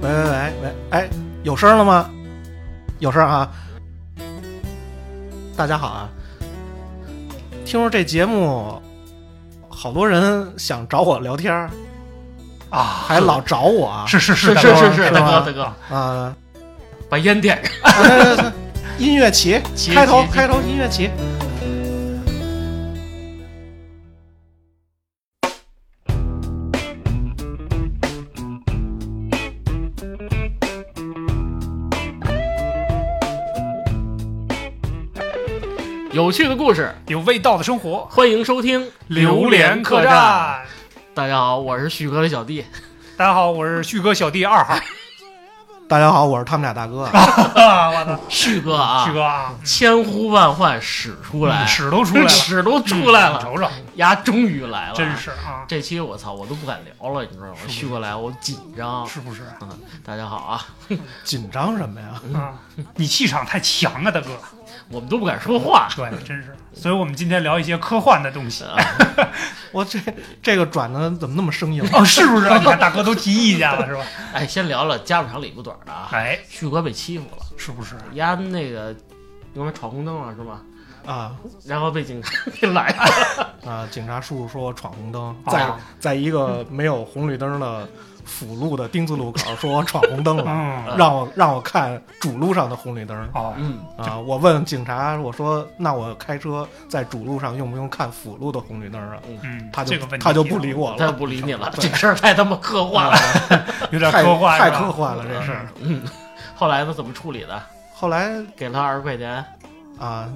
喂喂喂喂，哎，有声了吗？有声啊！大家好啊！听说这节目，好多人想找我聊天儿，啊，还老找我啊！是是是是是是是是大吗哥大哥，啊，把烟点开。啊来来来音乐起，起开头起起开头音乐起。有趣的故事，有味道的生活，欢迎收听《榴莲客栈》。栈。大家好，我是旭哥的小弟。大家好，我是旭哥小弟二号。大家好，我是他们俩大哥啊。啊我操，旭哥啊，旭哥啊，千呼万唤始出来，屎都 出来了，屎都出来你了，瞅瞅，丫终于来了。嗯真是啊，这期我操，我都不敢聊了，你知道吗？旭哥来，我紧张。是不是嗯，大家好啊，紧张什么呀？啊？你气场太强啊，大哥。我们都不敢说话。对，真是。所以我们今天聊一些科幻的东西。啊我这这个转的怎么那么生硬？哦，是不是啊？你看大哥都提意见了，是吧？哎，先聊聊家不长里不短的啊。哎，旭哥被欺负了，是不是？啊丫那个因为闯红灯了是吧？啊然后被 警察给来了。啊！警察叔叔说我闯红灯，哦在在一个没有红绿灯的辅路的丁字路口，说我闯红灯了。嗯，让我让我看主路上的红绿灯哦，嗯，啊！我问警察，我说那我开车在主路上用不用看辅路的红绿灯啊？嗯，他就这个问题他就不理我他了，不理你了，这事儿太他妈刻画了。有点太科幻，太是吧科幻了这事儿。嗯，后来呢？怎么处理的？ 后来给了他二十块钱，啊，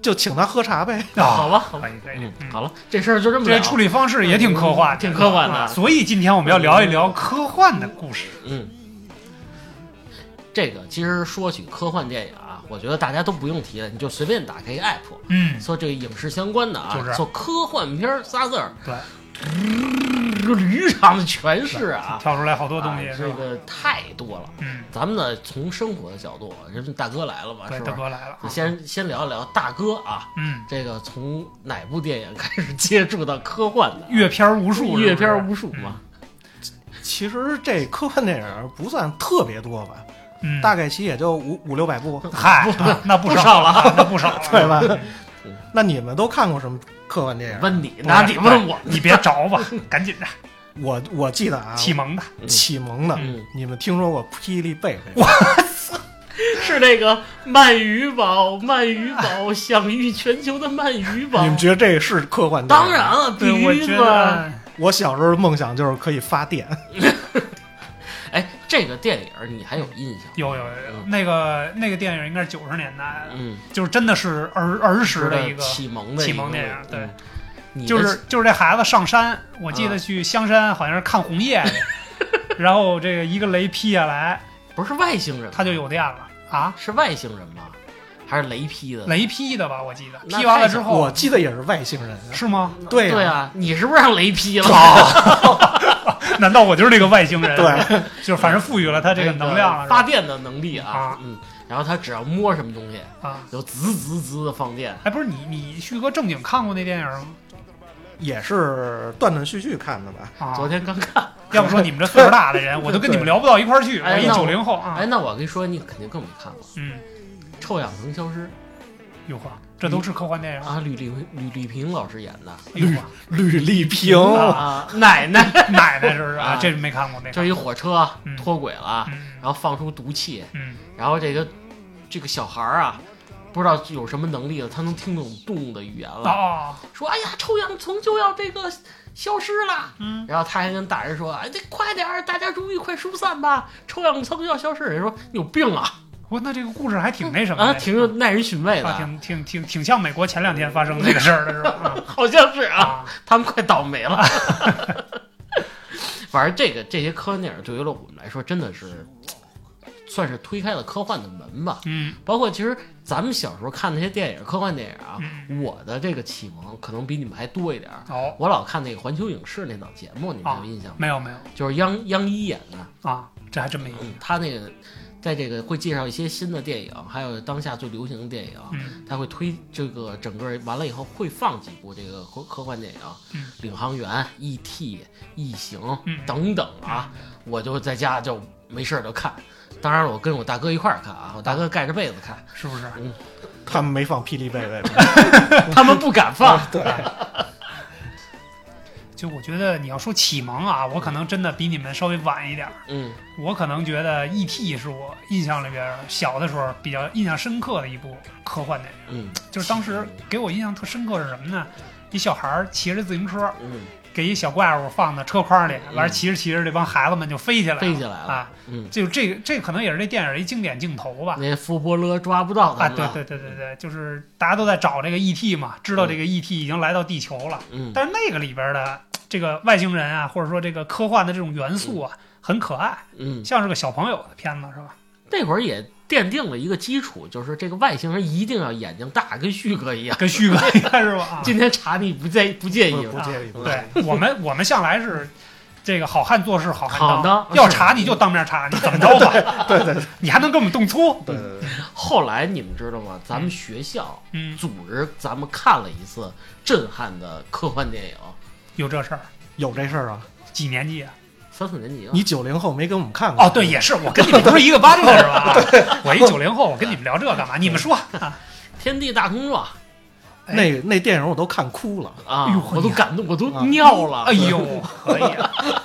就请他喝茶呗。好啊。吧，好吧可，以可以嗯，，嗯好了，这事儿就这么这了。嗯处理方式也挺科幻的，挺科幻的啊所以今天我们要聊一聊科幻的故事。嗯，这个其实说起科幻电影啊，我觉得大家都不用提了，你就随便打开一 app，嗯，搜这个影视相关的啊，就是搜科幻片儿仨字儿，对，驴场的全是啊，跳出来好多东西啊是这吧？个太多了。嗯，咱们呢，从生活的角度，啊人大哥来了嘛，对，是大吧？哥来了啊，先先聊一聊大哥啊，嗯，这个从哪部电影开始接触到科幻的？啊阅片儿无数，阅片是儿不是无数嘛，其实这科幻电影不算特别多吧，嗯，大概其也就五五六百部，嗨，啊那不少了啊，那不 少了，对吧嗯？那你们都看过什么科幻哎电影？问你那你问我，你别着吧，赶紧的，我我记得啊，启蒙的，嗯启蒙的嗯，你们听说过《霹雳贝贝》？是那个鳗鱼堡，鳗鱼哎堡享誉全球的鳗鱼堡你。们觉得这是科幻电影？当然了，必对，我须觉的。得我小时候梦想就是可以发电，哎，这个电影你还有印象？有有有有嗯那个那个电影应该是九十年代的，嗯，就是真的是儿儿时的的一个。启蒙的启一个蒙电影对，嗯你的啊就是就是这孩子上山，我记得去香山好像是看红叶去， 然后这个一个雷劈下来，不是外星人吗？他就有电了啊，是外星人吗？还是雷劈的？雷劈的吧？我记得嗯那劈完了之我后记得也是外星人。是吗？对对啊，你是不是让雷劈了？ 难道我就是这个外星人？对，就是反正赋予了他这个能量了是发吧，电的能力啊啊，嗯，然后他只要摸什么东西，啊。就滋滋滋的放电。哎，不是你你旭哥正经看过那电影吗？也是断断续续看的吧？啊，昨天刚看，要不说你们这岁数大的 人，我都跟你们聊不到一块儿去。哎我一那我九零后啊哎，，那我跟你说，你肯定更没看过嗯， 《臭氧层消失有话，这都是科幻电》影。啊，吕丽吕丽萍老师演的有话，吕丽萍，啊啊，奶奶，奶奶是不是啊啊？这没看过，没就看一过。火车嗯脱轨了，嗯然后放出毒气，嗯，然后这个这个小孩儿啊，不知道有什么能力了，他能听懂动物的语言了，哦，说哎呀，臭氧层就要这个消失了。嗯，然后他还跟大人说：“哎，这快点儿，大家注意，快疏散吧，臭氧层要消失。”人说：“你有病啊！我那这个故事还挺那什么啊，的，挺有耐人寻味的。啊，挺挺挺挺像美国前两天发生的那个事儿的是 吧？好像是啊啊，啊，他们快倒霉了。 反正这个这些科幻电影对于了我们来说，真的是算是推开了科幻的门吧。嗯包括其实咱们小时候看那些电影，科幻电影啊，嗯，我的这个启蒙可能比你们还多一点儿。哦，我老看那个环球影视那档节目，你们有印象吗？没有没有就是央央一演的，啊，这还真没有。嗯，他那个在这个会介绍一些新的电影，还有当下最流行的电影，嗯他会推这个整个完了以后会放几部这个科科幻电影，嗯领航员》《E.T.》《异形》嗯等等啊，我就在家就没事儿就看。当然，我跟我大哥一块儿看啊，我大哥盖着被子看， 是不是？他们没放霹雳贝贝，他们不敢放。对，就我觉得你要说启蒙啊，我可能真的比你们稍微晚一点儿。 嗯我可能觉得《E.T.》是我印象里边儿小的时候比较印象深刻的一部科幻电影。嗯就是当时给我印象特深刻是什么呢？一小孩儿骑着自行车，嗯，给一小怪物放到车筐里，完嗯了骑着骑着，这帮孩子们就飞起来了，飞起来了啊！嗯，就这个，这可能也是这电影的一经典镜头吧。那福伯勒抓不到啊，他们对了。对对对对，就是大家都在找这个 ET 嘛，知道这个 ET 已经来到地球了，嗯，但是那个里边的这个外星人啊，或者说这个科幻的这种元素啊，很可爱，嗯，像是个小朋友的片子是吧？那会儿也奠定了一个基础，就是这个外星人一定要眼睛大，跟旭哥一样。跟旭哥应该是吧？ 啊今天查你不介不哎介不意吧？不介意，不介意。对我们，我们向来是这个好汉做事好汉好嗯当要查你就当面查，你怎么着吧？对 对对你还能跟我们动粗？对对对，后来你们知道吗？咱们学校嗯，组织咱们看了一次震撼的科幻电影，有这事儿，有这事儿啊！几年级啊？三四年级吧。你九零后没跟我们看过哦，对，也是，我跟你们不是一个班的是吧？我一九零后，我跟你们聊这干嘛？你们说啊？天地大冲撞哎那那电影我都看哭了。啊哎呦！我都你感动，我都啊尿了。哎呦，可以，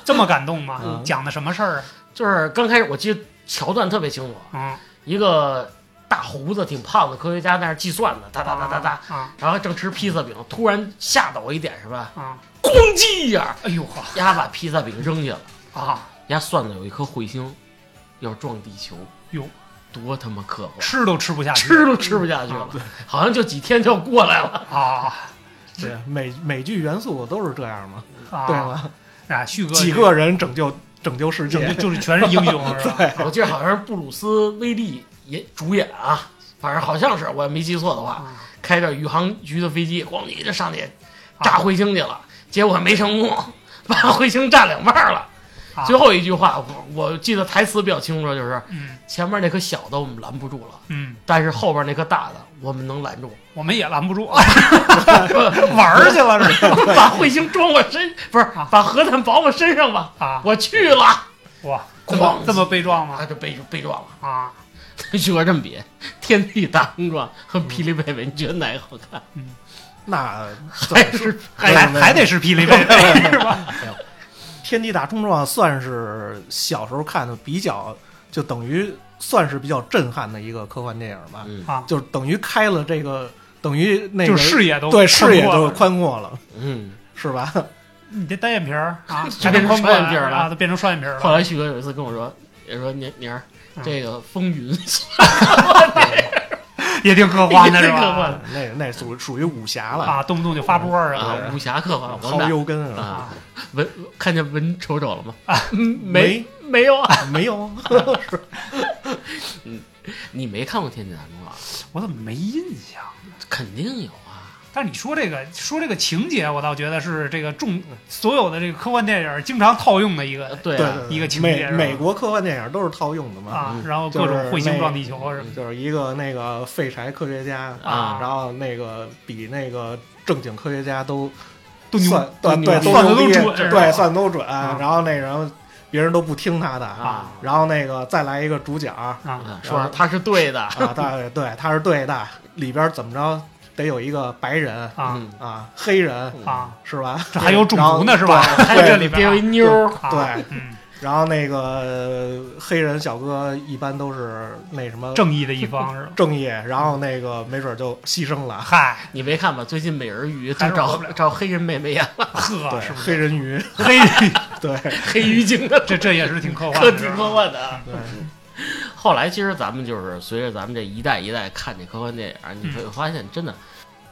这么感动吗嗯？讲的什么事儿就是刚开始我记得桥段特别清楚，啊？一个大胡子挺胖的科学家在那儿计算呢，哒嗯，哒哒哒哒，啊然后正吃披萨饼，突然吓到我一点是吧？啊！咣叽一下，哎呦呵丫把披萨饼扔下了，啊！丫算的有一颗彗星要撞地球，哟，多他妈可怕！吃都吃不下去，吃都吃不下去了，好像就几天就要过来了。啊对，美美剧元素都是这样嘛，对啊！吗？啊，旭哥几个人拯救拯救世整界就，就是全是英雄是吧？我记得好像是布鲁斯威利也主演啊，反正好像是我也没记错的话，啊开着宇航局的飞机，咣叽就上去啊炸彗星去了，结果没成功，把彗星炸两半儿了。啊最后一句话，我我记得台词比较清楚，就是嗯前面那颗小的我们拦不住了，嗯，但是后边那颗大的我们能拦 住，我们也拦不住，玩儿去了是吧？把彗星装我身，不是啊把核弹绑我身上吧，啊，我去了，哇，这么哐这么悲壮吗啊？就被被撞了。 啊，徐哥这么比，《天地大冲撞》和嗯《霹雳贝贝》，你觉得哪个好看？ 那 还是哎还没有没还有还得是霹雳贝贝是吧？天地大冲撞算是小时候看的比较，就等于算是比较震撼的一个科幻电影吧，嗯啊，就是等于开了这个，等于那就个是视野都对看视野过就了宽阔了，嗯。是吧？你这单眼皮儿啊，就还变能宽成过双眼皮儿了啊，都变成双眼皮儿后了。来徐哥有一次跟我说，也说宁宁儿，嗯这个风云 也挺科幻的 是也挺科吧？幻的那那属属于武侠了，啊，动不动就发波儿啊，啊，武侠科幻，我薅哪油根啊，啊？文看见文丑丑了吗？啊，没没有啊？没 有啊，你没看过《天地大冲撞》？我怎么没印象？啊肯定有啊！但是你说这个说这个情节，我倒觉得是这个重所有的这个科幻电影儿经常套用的一个 对对啊，对一个情节美是吧美国科幻电影都是套用的嘛，啊嗯，然后就各种是彗星那撞地球是吧？就是一个那个废柴科学家啊然后那个比那个正经科学家都都牛算都对牛对逼算得牛都逼准是吧对算得都准，啊然后那人别人都不听他的啊然后那个再来一个主角 啊，嗯啊说他是对的，对对，他是对的，里边怎么着得有一个白人啊嗯啊，黑人啊！是吧？这还有种族呢是吧？然后还有这里别边为啊妞儿，啊对，嗯，然后那个呃黑人小哥一般都是那什么正义的一方是吧？正义，然后那个没准就牺牲了，嗨，你没看吧？最近美人鱼还都是我不找了找黑人妹妹演了，呵，对是，不黑是人鱼，黑？ 对 黑鱼精的这这也是挺科幻特的，挺是吧科幻的啊。对，后来其实咱们就是随着咱们这一代一代看这科幻电影，你会发现真的，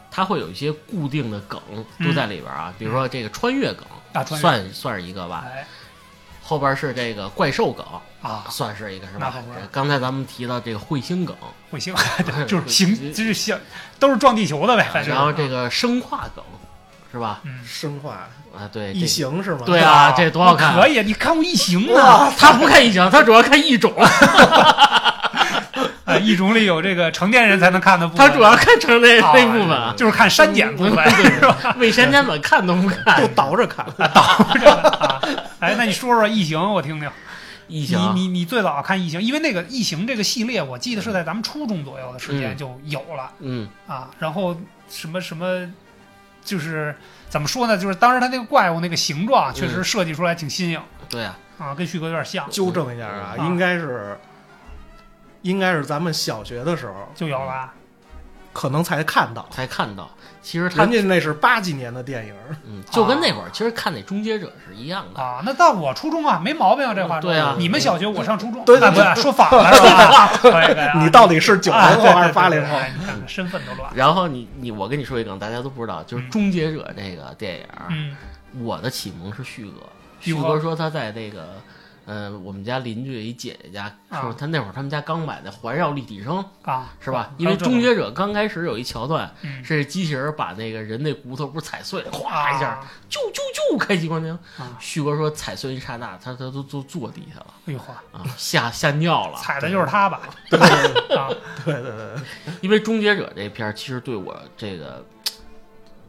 它会有一些固定的梗嗯都在里边啊，比如说这个穿越梗，大穿越算算是一个吧，啊哎后边是这个怪兽梗，啊，算是一个是那吧可不是？刚才咱们提到这个彗星梗，彗星 就是行，就是像都是撞地球的呗，反正 然后这个生化梗，是吧？嗯，生化啊，对，异这形是吗？对啊哇这多好看啊可以，你看过《异形》吗？ 哇，他不看异形，他主要看异种。一呃种里有这个成年人才能看的部分，他主要看成 那啊那部分啊，就是看删减部分，是吧？未删减版看都不看都。 倒着看。哎，那你说说《异形》，我听听。异你形啊你你最早看《异形》，因为那个《异形》这个系列，我记得是在咱们初中左右的时间嗯就有了、嗯啊。然后什么什么，就是怎么说呢？就是当时他那个怪物那个形状，啊确嗯实设计出来挺新颖、对啊，啊，跟旭哥有点像，纠正一下啊，嗯应该是，应该是咱们小学的时候就有了啊。可能才看到，才看到。其实他人家那是八几年的电影，嗯，就跟那会儿其实看那《终结者》是一样的。啊，那到我初中啊，没毛病啊，这话说。对啊你们小学，我上初中。对对啊不是说反了是吧？可以可以啊你到底是九零啊后对对还是八对零对后？哎你看看身份都乱。啊然后你你我跟你说一个梗，大家都不知道，就是嗯《终结者》这个电影，嗯我的启蒙是旭哥。旭旭哥哥说他在那个呃我们家邻居一姐姐家，啊说他那会儿他们家刚买的环绕立体声啊，是还吧？因有为《这个终结者》刚开始有一桥段，嗯是机器人把那个人那骨头不是踩碎了，哗一下，啊啾啾啾，开激光枪啊。旭哥说踩碎一刹那，他他都都坐地下了哎呦呵，啊，吓吓尿了。踩的就是他吧？对对啊，对对对对，因为《终结者》这片儿其实对我这个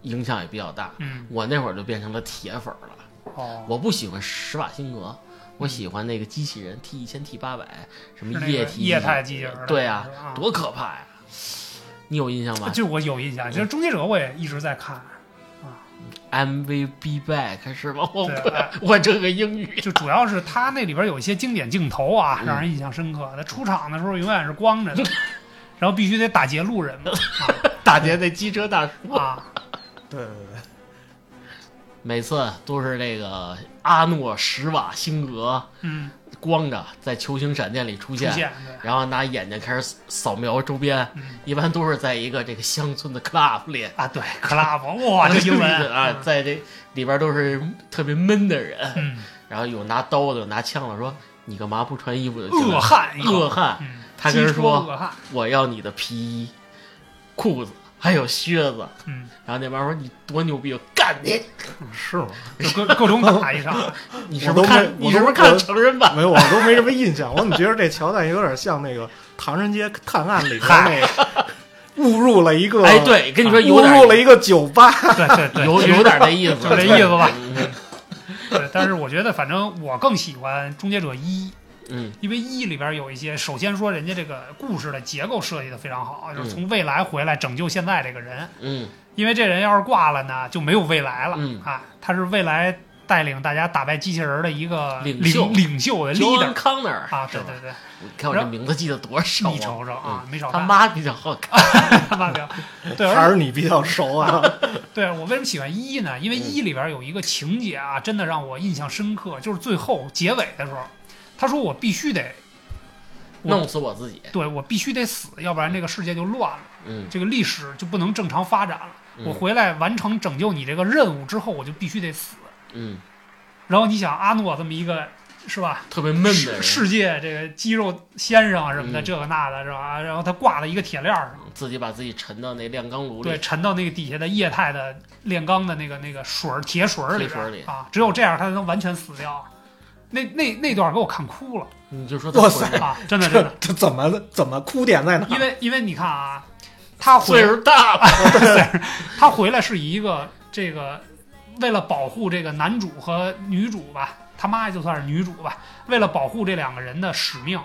影响也比较大，嗯，我那会儿就变成了铁粉儿了。哦，我不喜欢施瓦辛格，我喜欢那个机器人 T 一千 T 八百，什是么那个液体液态机器人儿的对啊是吧，多可怕呀！你有印象吗就我有印象，其实《终结者》我也一直在 看， ？MVP back 是吧？我对哎我这个英语，就主要是他那里边有一些经典镜头啊，嗯让人印象深刻。他出场的时候永远是光 着的，然后必须得打劫路人嘛，大姐那机车大叔，啊啊，对对对，每次都是那个阿诺施瓦辛格嗯，光着在球形闪电里出出现，现对，然后拿眼睛开始扫描周边，嗯一般都是在一个这个乡村的 club 里。啊， 对，克拉夫，哇，这英文啊，，在这里边都是特别闷的人，嗯，然后有拿刀的，有拿枪的，说你干嘛不穿衣服就进来恶汉，嗯恶，汉，嗯，他跟人机车说恶汉，我要你的皮衣、裤子还有靴子。嗯，然后那边说你多牛逼，我干你！是吗？就各各种打一场， 你是不我都是看没你是不是看我成人版？没有，我都没什么印象。我怎么觉得这桥段有点像那个《唐人街探案》里边那个，误入了一个，哎，，对，跟你说有误入了点一个酒吧。对对对，有其实有点那意 思，就这意思吧嗯。对，但是我觉得，反正我更喜欢《终结者一》，嗯因为一里边有一些，首先说人家这个故事的结构设计的非常好，嗯就是从未来回来拯救现在这个人，嗯因为这人要是挂了呢，就没有未来了、嗯啊，他是未来带领大家打败机器人的一个领领袖领袖的嗯 leader ，John Connor 啊，是对吧？对对，你看我这名字记得多少啊？你瞅瞅啊，没少他看，妈比较好看。他 妈的，对，而还是你比较熟啊？对我为什么喜欢一呢？因嗯为一里边有一个情节啊，真的让我印象深刻，就是最后结尾的时候，他说我必须得，我弄死我自己。对我必须得死，要不然这个世界就乱了，嗯，这个历史就不能正常发展了。嗯我回来完成拯救你这个任务之后，我就必须得死。嗯，然后你想阿诺这么一个是吧？特别闷的世人，世界这个肌肉先生啊什么的，嗯这个那的是吧？然后他挂在一个铁链上，自己把自己沉到那炼钢炉对，里。沉到那个底下的液态的炼钢的那个那个水儿铁水儿里边铁水儿里啊，只有这样他才能完全死掉。那那那段给我看哭了你就说他哇塞浑身啊！真的真这的，这怎么怎么哭点在哪？因为因为你看啊，他回岁数大了，他回来是以一个这个为了保护这个男主和女主吧，他妈就算是女主吧，为了保护这两个人的使命，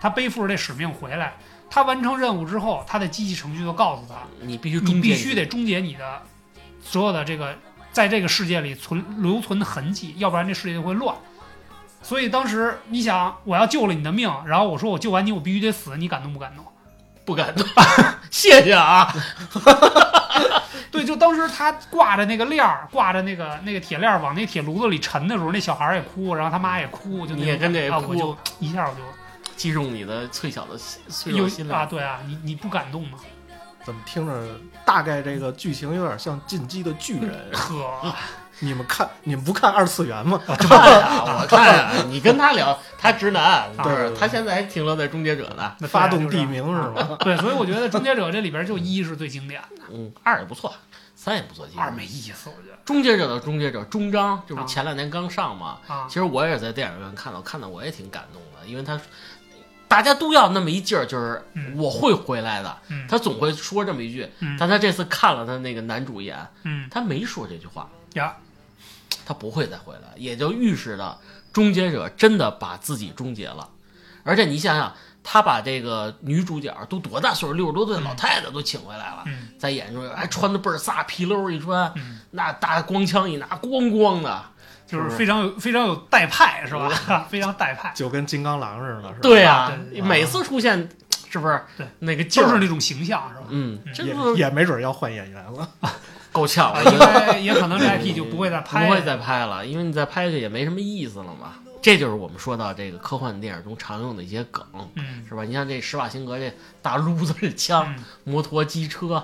他背负着这使命回来。他完成任务之后，他的机器程序就告诉他，你必须终结你必须得终结你的所有的这个在这个世界里存留存的痕迹，要不然这世界就会乱。所以当时你想，我要救了你的命，然后我说我救完你，我必须得死，你感动不感动？不敢 动。谢谢啊，对，就当时他挂着那个链儿，挂着那个那个铁链儿往那铁炉子里沉的时候，那小孩儿也哭，然后他妈也哭，就那你也种跟着也啊，哭我就一下我就击中你的脆小的心脆弱心有 啊，灵。对啊，你你不感动吗？怎么听着大概这个剧情有点像《进击的巨嗯人》？呵，你们看，你们不看二次元 吗？看呀，我看 呀，你跟他聊，他直男，啊就是他现在还停留在终结者呢。那对啊发动就是地名是吗？对，所以我觉得《终结者》这里边就一是最经典嗯的，嗯，二也不错，三也不错。其实二没意思，我觉得终结者的终结者终章，这不啊是前两年刚上吗？啊其实我也是在电影院看到，看到我也挺感动的，因为他大家都要那么一劲儿，就是嗯我会回来的。嗯他总会说这么一句，嗯但他这次看了他那个男主一眼，嗯他没说这句话，呀，他不会再回来，也就预示着终结者真的把自己终结了。而且你想想，他把这个女主角都多大岁数，六十多岁的老太太都请回来了，嗯在演出还穿的倍儿飒，皮褛一穿，嗯，那大光枪一拿，咣咣的。就是非常有非常有带派是吧？ 非常带派，就跟金刚狼似的，是吧？对呀、对嗯每次出现是不是？对，那个 劲就是儿，那种形象是吧？嗯，这也不也没准要换演员了。够呛啊了，应 该也可能这 IP 就不会再拍，嗯不会再拍了，因为你再拍去也没什么意思了嘛。这就是我们说到这个科幻电影中常用的一些梗，嗯是吧？你像这施瓦辛格这大撸子这枪、嗯，摩托、机车，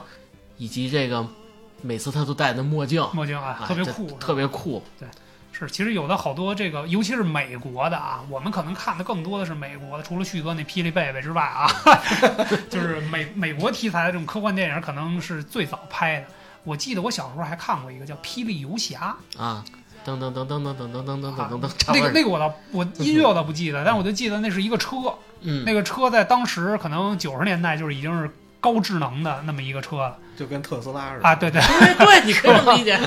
以及这个每次他都戴的墨镜，墨镜啊，啊，特别这酷，特别酷。是，其实有的好多这个，尤其是美国的啊，我们可能看的更多的是美国的，除了旭哥那霹雳贝贝之外啊， 就是美美国题材的这种科幻电影，可能是最早拍的。我记得我小时候还看过一个叫《霹雳游侠啊，噔噔噔噔噔噔噔噔噔噔噔噔，》，啊差不那多个那个我倒我音乐我倒不记得，但是我就记得那是一个车，嗯那个车在当时可能九十年代就是已经是高智能的那么一个车了就跟特斯拉似的啊，对 对，对对，你可以这么理解。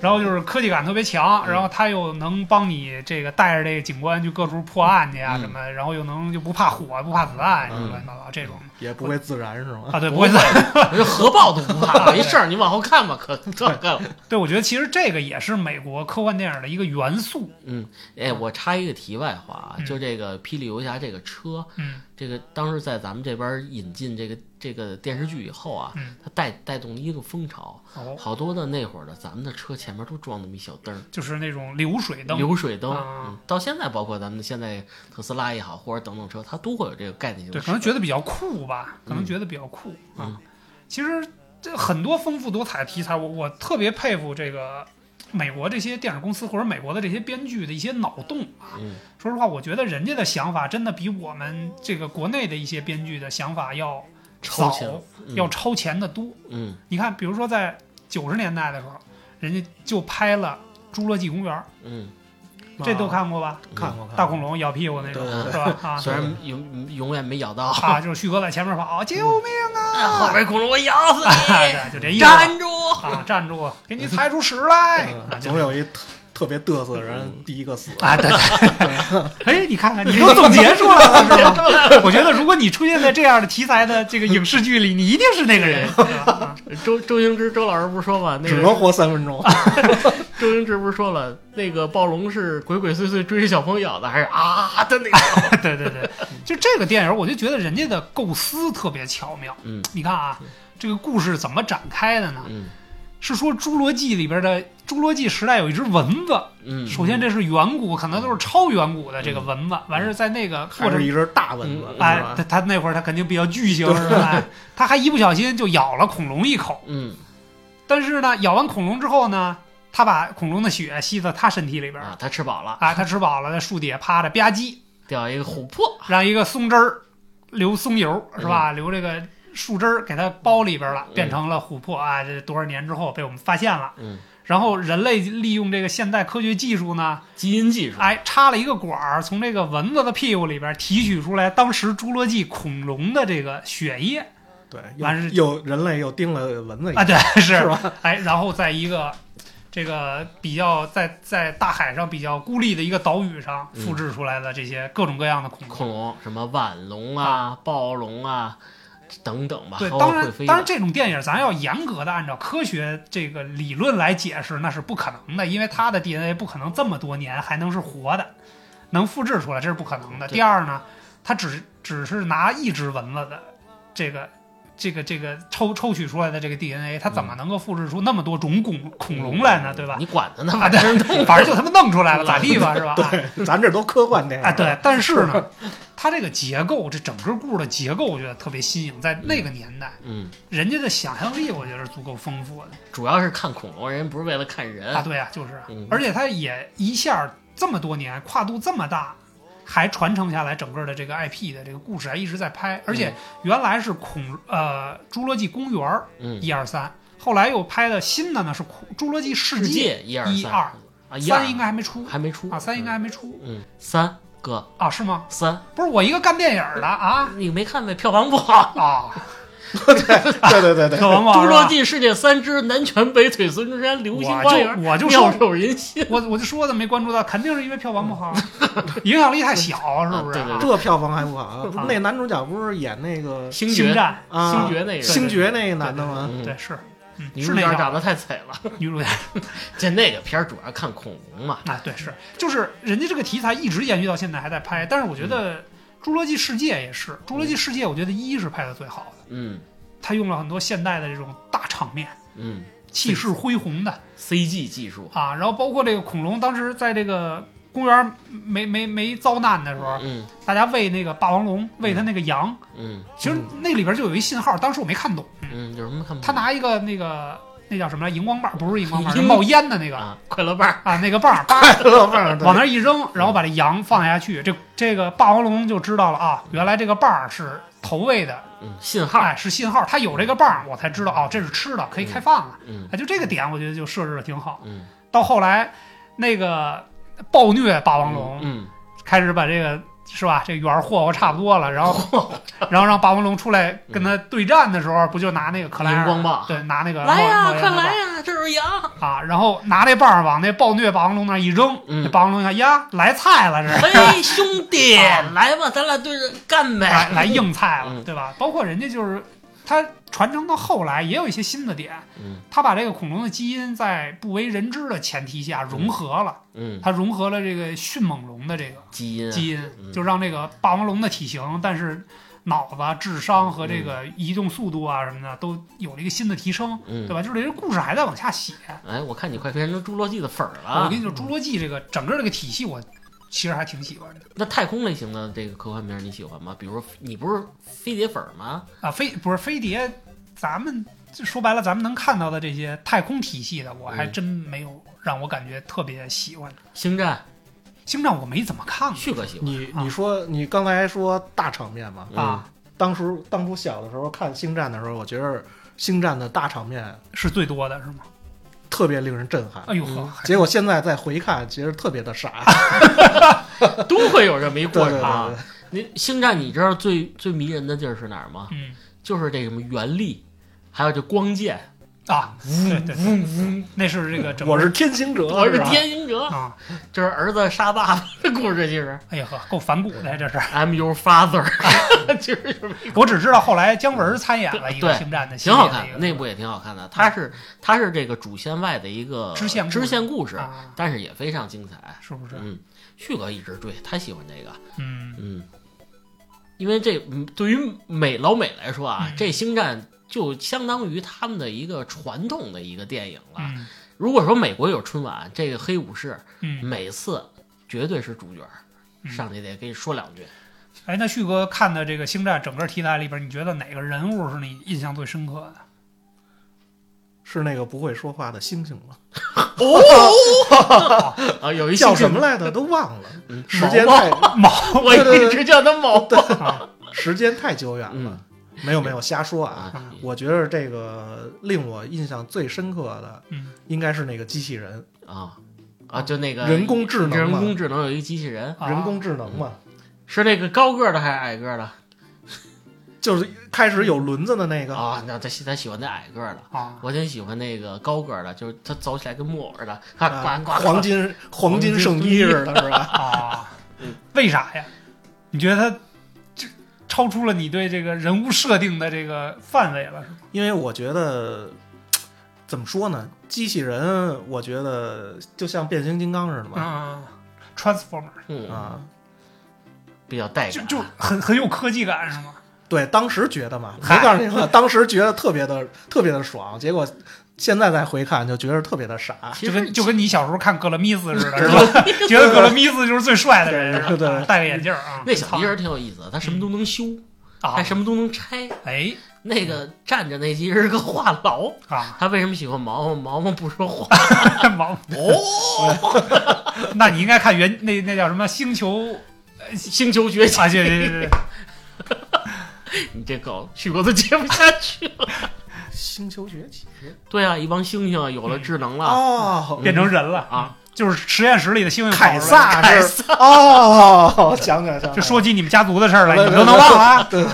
然后就是科技感特别强，嗯然后他又能帮你这个带着这个警官去各处破案去啊嗯什么，然后又能就不怕火不怕子弹什么嗯乱七八糟这种也不会自燃是吗？啊，对，不不会会再这核爆都不怕，没事儿，你往后看吧，可可干了。 对，我觉得其实这个也是美国科幻电影的一个元素，嗯，哎，我插一个题外话啊，嗯就这个《霹雳游侠》这个车，嗯这个当时在咱们这边引进这个这个电视剧以后啊，嗯，它带带动了一个风潮，哦，好多的那会儿的咱们的车前面都装那么一小灯儿，就是那种流水灯，流水灯。啊嗯，到现在包括咱们现在特斯拉也好，或者等等车，它都会有这个概念性对，的可设能计。觉得比较酷吧，可能嗯觉得比较酷啊嗯。其实这很多丰富多彩的题材，我我特别佩服这个美国这些电影公司或者美国的这些编剧的一些脑洞啊。嗯，说实话，我觉得人家的想法真的比我们这个国内的一些编剧的想法要超早，前，嗯要超前的多。嗯你看，比如说在九十年代的时候，人家就拍了《侏罗纪公园嗯，》，这都看过吧？看啊过看过大恐龙咬屁股那种，对是吧？ 啊虽然永永远没咬到，啊，就是旭哥在前面 跑，救命哎后边恐龙我咬死 啊！你，对就这意思站住！啊，站住，给 你踩出屎来！啊嗯就总有一特特别嘚瑟的人第一个死。啊，对对，哎，你看 看，你都总结出来了，是 吧？我觉得如果你出现在这样的题材的这个影视剧里，你一定是那个 人，是吧？周周星驰周老师不是说嘛，啊那只个能活三分钟，啊周星驰不是说了，那个暴龙是鬼鬼祟祟追小朋友的，还是啊的那个？啊对对对，就这个电影，我就觉得人家的构思特别巧妙。嗯你看啊，这个故事怎么展开的呢？嗯是说《侏罗纪》里边的《侏罗纪》时代有一只蚊子，嗯首先这是远古，可能都是超远古的这个蚊子，完事儿在那个或还者是一只大蚊子嗯，哎是，吧他他那会儿他肯定比较巨型，是 吧？他还一不小心就咬了恐龙一口，嗯但是呢，咬完恐龙之后呢，他把恐龙的血吸到他身体里边儿啊，他吃饱了，啊，他吃饱了，在树底下趴着吧唧，掉一个琥珀，让一个松枝儿流松油是吧？流这个树枝儿给它包里边了，嗯变成了琥珀啊！这多少年之后被我们发现了。嗯，然后人类利用这个现代科学技术呢，基因技术，哎，插了一个管儿，从这个蚊子的屁股里边提取出来当时侏罗纪恐龙的这个血液对，完事又又人类又叮了蚊子一啊，下， 对，是是吧？哎，然后在一个这个比较在在大海上比较孤立的一个岛屿上嗯复制出来的这些各种各样的恐龙。恐龙什么腕龙啊、暴龙啊等等吧，对，包括当哦会然，飞的当然，这种电影咱要严格的按照科学这个理论来解释，那是不可能的，因为它的 DNA 不可能这么多年还能是活的，能复制出来，这是不可能的。对第二呢，它只只是拿一只蚊子的这个这个这个抽抽取出来的这个 DNA，它怎嗯么能够复制出那么多种恐恐龙来呢？对吧？你管 他呢，啊，反 对正，反正就他妈弄出来了，咋地 吧，是吧？咱这都科幻电影啊，对，但是呢，它这个结构，这整个故事的结构，我觉得特别新颖，在那个年代，嗯，人家的想象力，我觉得是足够丰富的主要是看恐龙，人不是为了看啊。人，对啊，就是啊嗯，而且它也一下这么多年，跨度这么大，还传承下来整个的这个 IP 的这个故事，还一直在拍。而且原来是恐呃《侏罗纪公园》嗯，一二三，后来又拍的新的呢是恐《侏罗纪世世界界一二一三二啊，》，一三应该还没出还没出嗯啊，三应该还没出。嗯嗯三哥啊，是吗？三，不是我一个干电影儿的啊你没看那票房不好？啊， 对对对对，可王《宝侏是罗吧纪世界》三之南拳北腿孙中山流星花园，我就我就妙说手仁心。我我就说的没关注到，肯定是因为票房不好，影响力太小，是不是啊对对啊？对这票房还不好啊！不是啊那男主角不是演那个星星爵，战啊星爵那个星爵那个男的吗？嗯对是，嗯女是主那角个长得太惨了。女主角这那个片儿主要看恐龙嘛，啊，对是，就是人家这个题材一直延续到现在还在拍，但是我觉得《嗯侏罗纪世界》也是，《侏罗纪世界》我觉得一是拍的最好的，嗯他用了很多现代的这种大场面。嗯气势恢宏的，CG 技术，啊，然后包括这个恐龙，当时在这个公园没没没遭难的时候，嗯大家喂那个霸王龙，喂它那个羊，嗯其实那里边就有一信号，当时我没看懂，嗯，有什么看不懂？他拿一个那个那叫什么来，荧光棒，不是荧光棒，荧是冒烟的那个啊，快乐伴儿，啊，那个棒，嗯叭 快乐伴儿，对往那儿一扔，然后把这羊放下去，这这个霸王龙就知道了啊，原来这个棒是投喂的，嗯，信号，哎，是信号，它有这个棒，我才知道哦，这是吃的，可以开饭了，嗯哎，就这个点我觉得就设置的挺好。嗯到后来，那个暴虐霸王龙，嗯，开始把这个是吧，这园儿霍霍差不多了，然后然后让霸王龙出来跟他对战的时候，不就拿那个克莱尔荧光棒对，拿那个来呀，冒冒烟快的棒来呀，这是羊，啊，然后拿那棒儿往那暴虐霸王龙那儿一扔，嗯 那霸王龙一看呀，来菜了这是。嘿，兄弟， 啊来吧，咱俩对着干来呗，来硬菜了，嗯对吧？包括人家就是他传承到后来也有一些新的点，嗯他把这个恐龙的基因在不为人知的前提下融合了，嗯，他融合了这个迅猛龙的这个基因啊，基嗯因，就让这个霸王龙的体型，但是脑子、啊智商和这个移动速度啊什么的都有了一个新的提升，嗯对，吧？就是这个故事还在往下写。哎，我看你快变成侏罗纪的粉儿我了啊跟。你说，《侏罗纪》这个整个这个体系，我其实还挺喜欢的那太空类型的这个科幻片儿你喜欢吗？比如你不是飞碟粉儿吗？啊。飞不是飞碟，咱们就说白了，咱们能看到的这些太空体系的，我还嗯真没有让我感觉特别喜欢的。星战，星战我没怎么看过旭哥喜欢你你说你刚才说大场面嘛？嗯啊，当时当初小的时候看《星战》的时候，我觉得《星战》的大场面是最多的是吗？特别令人震撼哎。呦嗯呵，还结果现在再回看，其实特别的傻。都会有这么一对过对对程啊。对，你星战，你知道最最迷人的地儿是哪儿吗？嗯就是这什么原力，还有这光剑，啊，对对对，嗡嗡，那是这个整个我是天行者，我是吧天行 者，啊。这是儿子杀爸爸的故事，其实哎呀呵，够反骨的这是。 I'm your father，其实就是我只知道后来姜文参演了一个对星战的系挺列好的一个，看的，那部也挺好看的。它是它是这个主线外的一个支线故事支线故事，啊，但是也非常精彩。是不是？嗯，旭哥一直追，他喜欢这个，嗯，嗯，因为这嗯对于美老美来说啊，嗯这星战就相当于他们的一个传统的一个电影了。嗯如果说美国有春晚，这个黑武士嗯，每次绝对是主角，嗯上去得给你说两句。哎，那旭哥看的这个星战整个题材里边，你觉得哪个人物是你印象最深刻的？是那个不会说话的猩猩吗？啊，有一叫星什战么来的都忘了，嗯时间太毛我对对对一直叫他毛嗯对啊，时间太久远了。没有没有，瞎说啊！啊，我觉得这个令我印象最深刻的嗯应该是那个机器人，啊啊，就那个人工智能嘛人工智能有一机器人，啊人工智能嘛，是那个高个儿的还是矮个儿的嗯就是开始有轮子的那个，啊？那他喜他喜欢那矮个儿的。啊，我挺喜欢那个高个儿的，就是他走起来跟木偶似的，啊啊，呱呱黄金黄金圣衣似的，是 吧？啊嗯，为啥呀？你觉得他这超出了你对这个人物设定的这个范围了，是吗？因为我觉得怎么说呢，机器人我觉得就像变形金刚似的嘛，啊，Transformer 嗯，啊，比较带就感，就很很有科技感，是吗？对，当时觉得嘛，没嗨告诉你们， 当时觉得特别的特别的爽，结果现在再回看就觉得特别的傻。其就实跟就跟你小时候看格勒米 斯似的，是吧？ 觉得格勒米斯就是最帅的人对似对的，对戴个眼镜儿啊，那小机器人挺有意思的，他什么都能修，啊还，什么都能拆。哎那个站着那机器人是个话痨，啊，他为什么喜欢毛毛？毛毛不说话王，啊 哦， 呃那你应该看原那那叫什么星球星球崛起，啊？对对 对对，你这狗，旭哥都接不下去 了。星球崛起对啊，一帮猩猩有了智能了哦，变成人了啊，就是实验室里的幸运凯宝撒贝是哦，想起来想起来，就说起你们家族的事儿来，你们 对都能忘啊？对，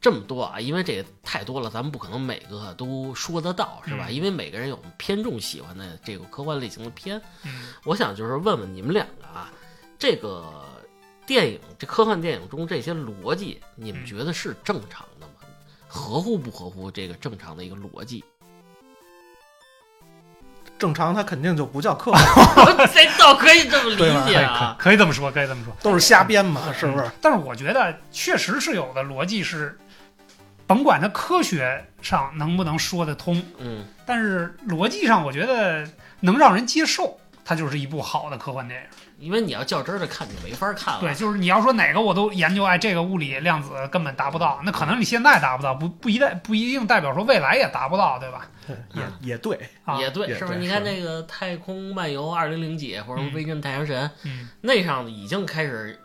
这么多啊，因为这个太多了，咱们不可能每个都说得到，是吧？嗯因为每个人有偏重喜欢的这个科幻类型的片。 嗯我想就是问问你们两个啊，这个电影这科幻电影中这些逻辑，你们嗯觉得是正常的吗？合乎不合乎这个正常的一个逻辑？正常它肯定就不叫科幻， 这倒可以这么对吧哎理解啊。可以这么说，可以这么说。嗯都是瞎编嘛，是不是？但是我觉得确实是有的逻辑是，甭管它科学上能不能说得通，嗯，但是逻辑上我觉得能让人接受，它就是一部好的科幻电影。因为你要较真儿的看，你没法看了。对，就是你要说哪个我都研究，哎，这个物理量子根本达不到，那可能你现在达不到，不不一代不一定代表说未来也达不到，对吧？也也对，啊，也对，也是不对是？你是看那个《太空漫游二零零几》或者《嗯威震太阳神》，嗯那上已经开始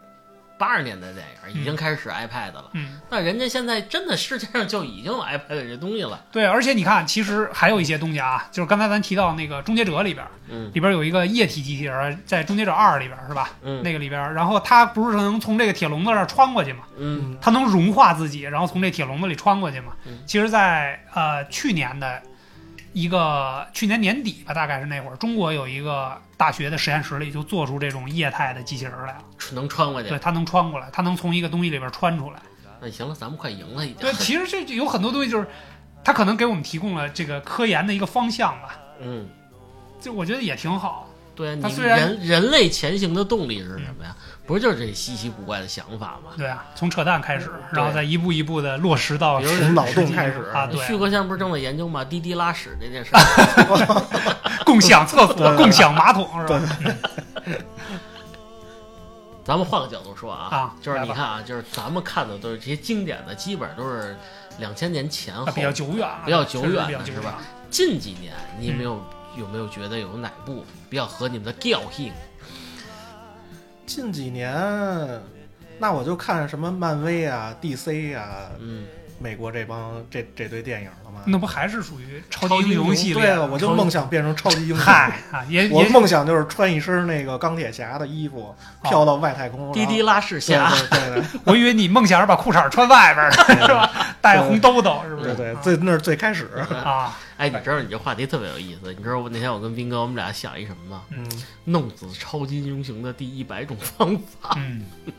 八十年代电影已经嗯开始使 iPad 了。嗯，那人家现在真的世界上就已经有 iPad 这东西了。对，而且你看，其实还有一些东西啊，就是刚才咱提到那个《终结者》里边，嗯里边有一个液体机器人儿，在《终结者二》里边是吧？嗯那个里边儿，然后它不是能从这个铁笼子上穿过去嘛？嗯嗯，它能融化自己，然后从这铁笼子里穿过去嘛嗯？其实在，呃去年的一个去年年底吧，大概是那会儿，中国有一个大学的实验室里就做出这种液态的机器人儿来了，嗯能穿过去对，。它能穿过来，它能从一个东西里边穿出来。那行了，咱们快赢了已经对，。其实这有很多东西就是，它可能给我们提供了这个科研的一个方向吧，嗯，就我觉得也挺好。对啊，他你虽然嗯人人类前行的动力是什么呀？不是就是这稀奇古怪的想法吗？对啊，从扯淡开始，对然后再一步一步的落实到比如实从脑洞实际开始啊，对旭啊，哥现在不是正在研究吗？滴滴拉屎这 件事儿，共享厕对所、对共享马桶是吧？咱们换个角度说啊，啊就是你来吧看啊，就是咱们看的都是这些经典的，基本上都是两千年前后啊，比较久远了，比较久远确了实比较是吧？近几年你嗯有没有、有没有觉得有哪部比较合你们的调性？ 近几年，那我就看什么漫威啊、DC 啊，嗯，美国这帮这这堆电影了嘛。那不还是属于嗯超超级级英英雄雄系列？对啊，我就超级梦想变成超级英雄。嗨啊，也我也梦想就是穿一身那个钢铁侠的衣服，哦飘到外太空。滴滴然后拉屎侠，对对对我以为你梦想是把裤衩穿外边儿 呢， 是吧？带个红兜兜是不对对是？对啊，最那是最开始。啊，哎，你知道你这话题特别有意思，你知道我那天我跟斌哥我们俩想一什么吗？嗯，弄死超级英雄的第一百种方法。嗯，嗯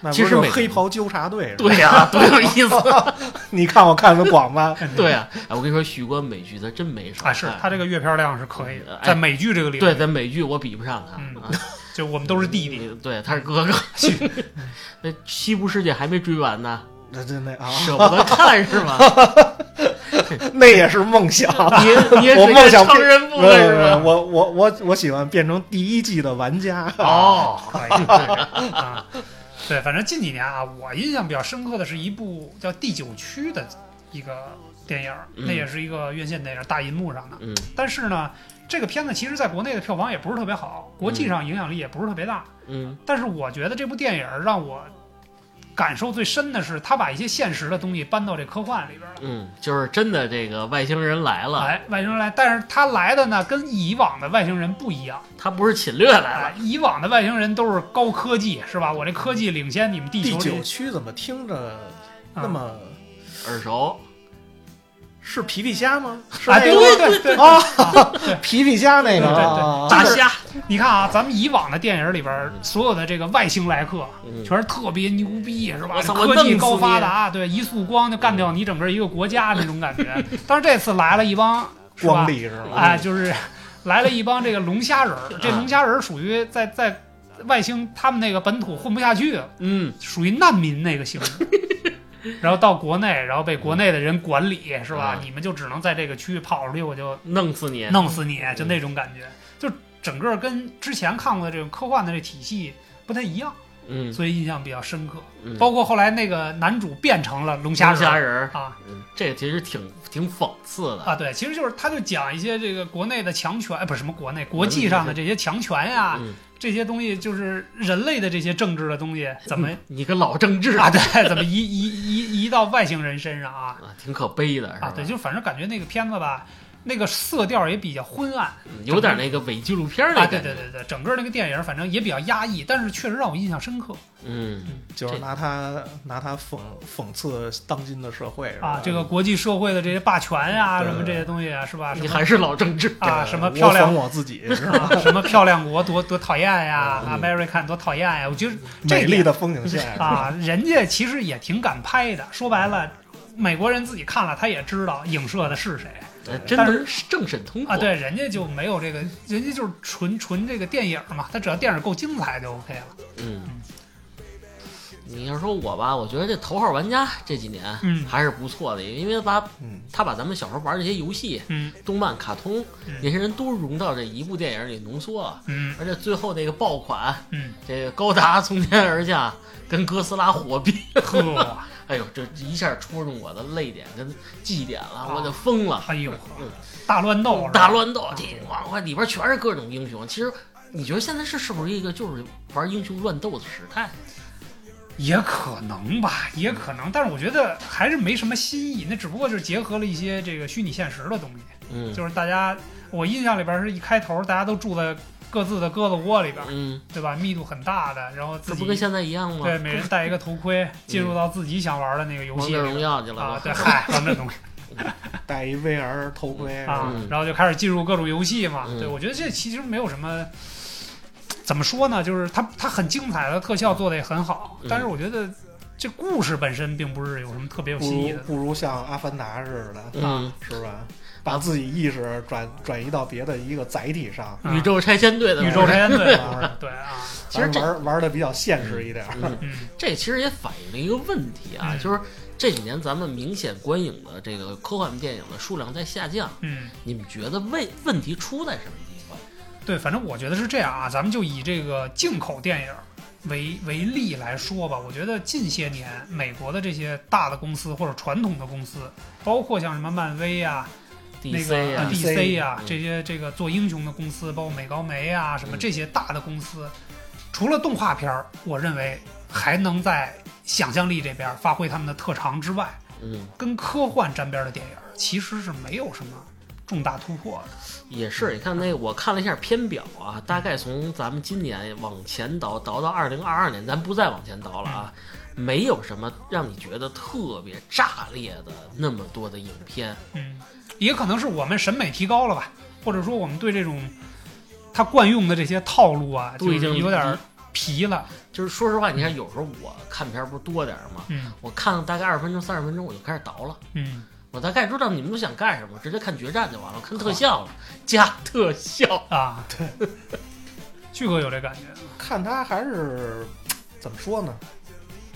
那不其是实有美黑袍纠察队是吧？ 对呀、多有意思。你看我看的广吧，对呀、哎，我跟你说，许冠美剧他真没少看。啊，是他这个月票量是可以的哎，在美剧这个领域，对，在美剧我比不上他、嗯啊，就我们都是弟弟，对，他是 哥哥。那西部世界还没追完呢， 那真的哦啊，舍不得看是吗？ 那也是梦想。你你也我是梦一个想超变 人部不是队不是是吧？我我我我喜欢变成第一季的玩家。哦，可以啊。对，反正近几年啊，我印象比较深刻的是一部叫《第九区》的一个电影儿，嗯那也是一个院线电影，大银幕上的。嗯但是呢，这个片子其实在国内的票房也不是特别好，国际上影响力也不是特别大。嗯但是我觉得这部电影让我感受最深的是，他把一些现实的东西搬到这科幻里边了。嗯，就是真的这个外星人来了，哎，外星人来，但是他来的呢，跟以往的外星人不一样。他不是侵略来了，哎，以往的外星人都是高科技，是吧？我这科技领先你们地第球这九区怎么听着那啊么？耳熟。是皮皮虾吗？是啊，那对个对对 对啊，啊！皮皮虾那个对对对啊大虾，你看啊，咱们以往的电影里边，所有的这个外星来客嗯全是特别牛逼，是吧我？操我科弄死技你高发达，对，一束光就干掉你整个一个国家那种感觉。 但是这次来了一帮，是光吧？力是吧？嗯哎，就是来了一帮这个龙虾人儿，这龙虾人儿属于在在外星他们那个本土混不下去，嗯，属于难民那个性 质。然后到国内，然后被国内的人管理，是吧？嗯你们就只能在这个区域跑出去，我就弄死你，弄死你，嗯就那种感觉。就整个跟之前看过的这种科幻的这体系不太一样，嗯，所以印象比较深刻。嗯包括后来那个男主变成了龙虾虾人虾人儿，啊嗯这其实挺挺讽刺的。啊，对，其实就是他就讲一些这个国内的强权，哎，不是什么国内，国际上的这些强权呀、嗯，这些东西就是人类的这些政治的东西怎么。你个老政治啊，对，怎么移移移移到外星人身上啊？啊，挺可悲的，是吧？啊，对，就反正感觉那个片子吧，那个色调也比较昏暗有点那个伪纪录片儿的啊，感觉。对对对对，整个那个电影反正也比较压抑，但是确实让我印象深刻嗯，就是拿他拿他讽讽刺当今的社会是吧啊。这个国际社会的这些霸权啊，对什么这些东西啊，是吧？什你么还是老政治。啊，对什么我漂讽亮我自己是吧？啊，什么漂亮国多多讨厌呀、嗯 a m e r i c a n 多讨厌呀、我觉得 这美一丽点的风景 线，啊，人家其实也挺敢拍的。说白了，美国人自己看了，他也知道影射的是谁呃真但是能政审通过啊。，对，人家就没有这个，人家就是纯纯这个电影嘛，他只要电影够精彩就 OK 了。嗯，你要说我吧，我觉得这头号玩家这几年嗯还是不错的，因为把嗯，他把咱们小时候玩的这些游戏、嗯动漫、卡通嗯那些人都融到这一部电影里浓缩了，嗯而且最后那个爆款，嗯，这个高达从天而降。跟哥斯拉火并，嗯呵，哎呦，这一下戳中我的泪点跟记忆点了，啊我就疯了。哎呦嗯，大乱斗是吧，大乱斗，叮咣咣，里边全是各种英雄。其实你觉得现在是是不是一个就是玩英雄乱斗的时代？也可能吧，也可能，但是我觉得还是没什么新意，那只不过就是结合了一些这个虚拟现实的东西。嗯，就是大家，我印象里边是一开头大家都住在各自的鸽子窝里边，嗯，对吧？密度很大的，然后自这不跟己现在一样吗？对每人戴一个头盔，进入到自己想玩的那个游王戏者里荣边耀去了啊，吧对，嗨，玩这东西戴一 VR 头盔啊嗯，然后就开始进入各种游戏嘛。嗯对，我觉得这其实没有什么。怎么说呢？就是它，它很精彩的特效做的也很好，嗯但是我觉得这故事本身并不是有什么特别有不新意如的。不如像阿凡达似的，嗯，是吧？把自己意识转转移到别的一个载体 上，啊宇宙拆迁队的宇宙拆，拆迁队，啊对啊，其实咱这玩玩的比较现实一点儿。嗯，嗯这其实也反映了一个问题啊，嗯就是这几年咱们明显观影的这个科幻电影的数量在下降，嗯。你们觉得问问题出在什么地方？对，反正我觉得是这样啊，咱们就以这个进口电影为为例来说吧。我觉得近些年美国的这些大的公司或者传统的公司，包括像什么漫威啊、那 DC 个、呃啊， DC DC 啊嗯这些这个做英雄的公司，包括美高梅啊什么嗯这些大的公司，除了动画片儿，我认为还能在想象力这边发挥他们的特长之外，嗯，跟科幻沾边的电影其实是没有什么重大突破的。也是。你看那个我看了一下片表啊，大概从咱们今年往前倒，倒到二零二二年，咱不再往前倒了啊。没有什么让你觉得特别炸裂的那么多的影片，嗯，也可能是我们审美提高了吧，或者说我们对这种他惯用的这些套路啊，都就已经嗯是有点儿疲了。就是说实话，你看有时候我看片儿不是多点儿吗？嗯我看了大概二十分钟、三十分钟，我就开始倒了。嗯，我大概知道你们都想干什么，直接看决战就完了，看特效了，加特效。啊，对，旭哥有这感觉看他还是怎么说呢？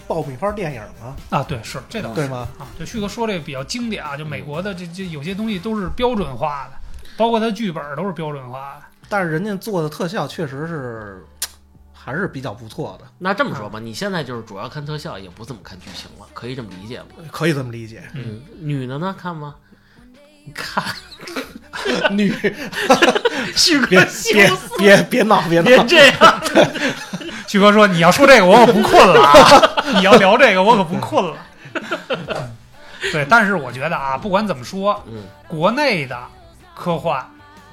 爆米花电影啊，啊？对，是这嗯倒是对吗？啊。对，旭哥说这个比较经典啊，就美国的这这有些东西都是标准化的，包括他剧本儿都是标准化的。但是人家做的特效确实是还是比较不错的，那这么说吧，你现在就是主要看特效，也不怎么看剧情了，可以这么理解吗？可以这么理 解。嗯，女的呢，看吗？ 看， 女旭哥别羞别死，别别闹别别闹，这样。旭哥说：“你要说这个，我可不困了啊！你要聊这个，我可不困了。嗯”对，但是我觉得啊，不管怎么说，嗯，国内的科幻，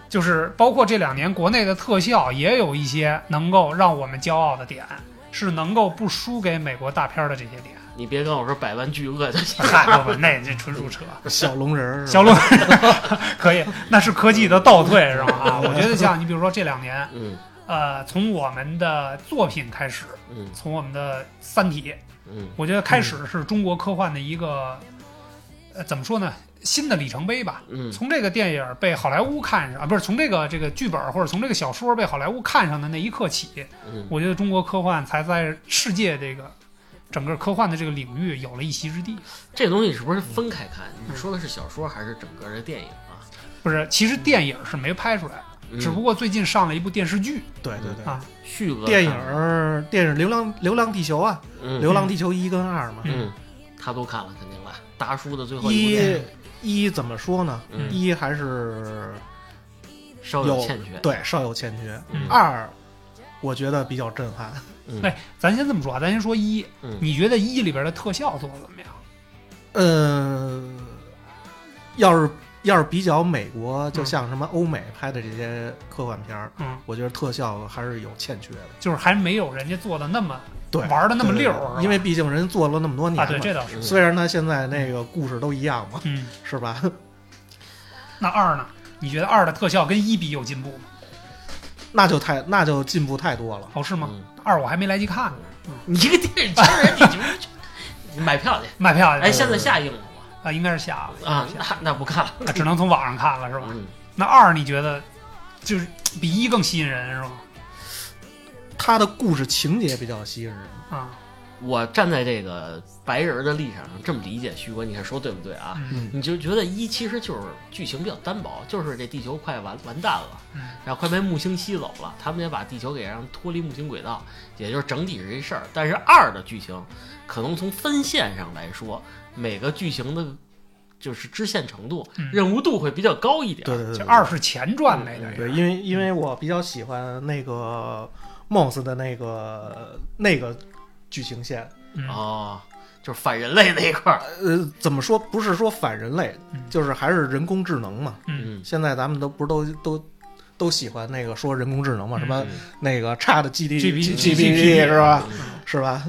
就是包括这两年国内的特效，也有一些能够让我们骄傲的点，是能够不输给美国大片儿的这些点。你别跟我说百万巨鳄就行。嗨，不不，那这纯属扯。小龙人儿是吧小鹿 可以，那是科技的倒退是吧？啊，我觉得像你比如说这两年， 嗯呃，从我们的作品开始，嗯从我们的《三体》，嗯我觉得开始是中国科幻的一个，呃，怎么说呢，新的里程碑吧。嗯从这个电影被好莱坞看上啊，不是从这个这个剧本或者从这个小说被好莱坞看上的那一刻起，嗯，我觉得中国科幻才在世界这个整个科幻的这个领域有了一席之地。这东西是不是分开看？你说的是小说还是整个的电影啊？不是，其实电影是没拍出来的，嗯只不过最近上了一部电视剧对对对。啊，旭哥电影看吗儿电影《流浪流浪地球》啊，《嗯流浪地球》一跟二嘛，嗯，他都看了，肯定了。达叔的最后一部电影一一怎么说呢？嗯一还是稍有欠缺。对稍有欠缺，嗯二我觉得比较震撼。嗯哎咱先这么说啊，咱先说一，嗯你觉得一里边的特效做的怎么样？呃，要是要是比较美国，就像什么欧美拍的这些科幻片儿，嗯，我觉得特效还是有欠缺的。就是还没有人家做的那么对，玩的那么对对溜儿对是吧因为毕竟人做了那么多年啊，嘛。对，这倒是，嗯虽然他现在那个故事都一样嘛，嗯，是吧？ 那二呢？你觉得二的特效跟一比有进步吗？那就太那就进步太多了。哦，是吗？嗯二我还没来及看呢， 你一个电影圈人，你就是去你买票去。卖票去了哎，现在下映了吗？啊，应该是下了嗯啊，那那不看了。那只能从网上看了是吧？嗯，那二你觉得就是比一更吸引人是吗？他的故事情节比较吸引人，啊，我站在这个白人的立场上这么理解徐哥，你看说对不对啊？嗯你就觉得一其实就是剧情比较单薄，就是这地球快完完蛋了嗯，然后快被木星吸走了，他们也把地球给让脱离木星轨道，也就是整体是一事儿。但是二的剧情，可能从分线上来说，每个剧情的，就是支线程度、嗯任务度会比较高一点。对对对对，这二是前传类嗯的，对，因为因为我比较喜欢那个 Moss 的那个那个剧情线。嗯哦，就是反人类那一块儿。呃，怎么说？不是说反人类嗯，就是还是人工智能嘛。嗯嗯，现在咱们都不是都都都喜欢那个说人工智能嘛？什么嗯那个差的 G D G P G G P P 是吧？嗯是吧？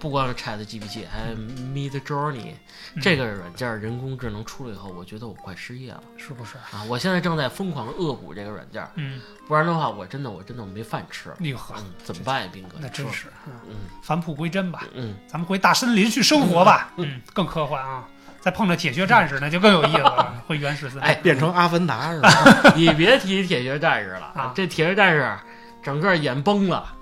不光是 Chat GPT，还有 Mid Journey 嗯这个软件，人工智能出了以后，我觉得我快失业了是不是？啊！我现在正在疯狂恶补这个软件，嗯，不然的话，我真的我真的没饭吃。哟呵，嗯，怎么办呀，斌哥？那真你说，是，嗯嗯返璞归真吧，嗯，咱们回大森林去生活吧，嗯，更科幻啊。再碰着铁血战士，那就更有意思 了，回原始森林。哎，变成阿凡达是吧？你别提铁血战士了啊这铁血战士整个演崩了，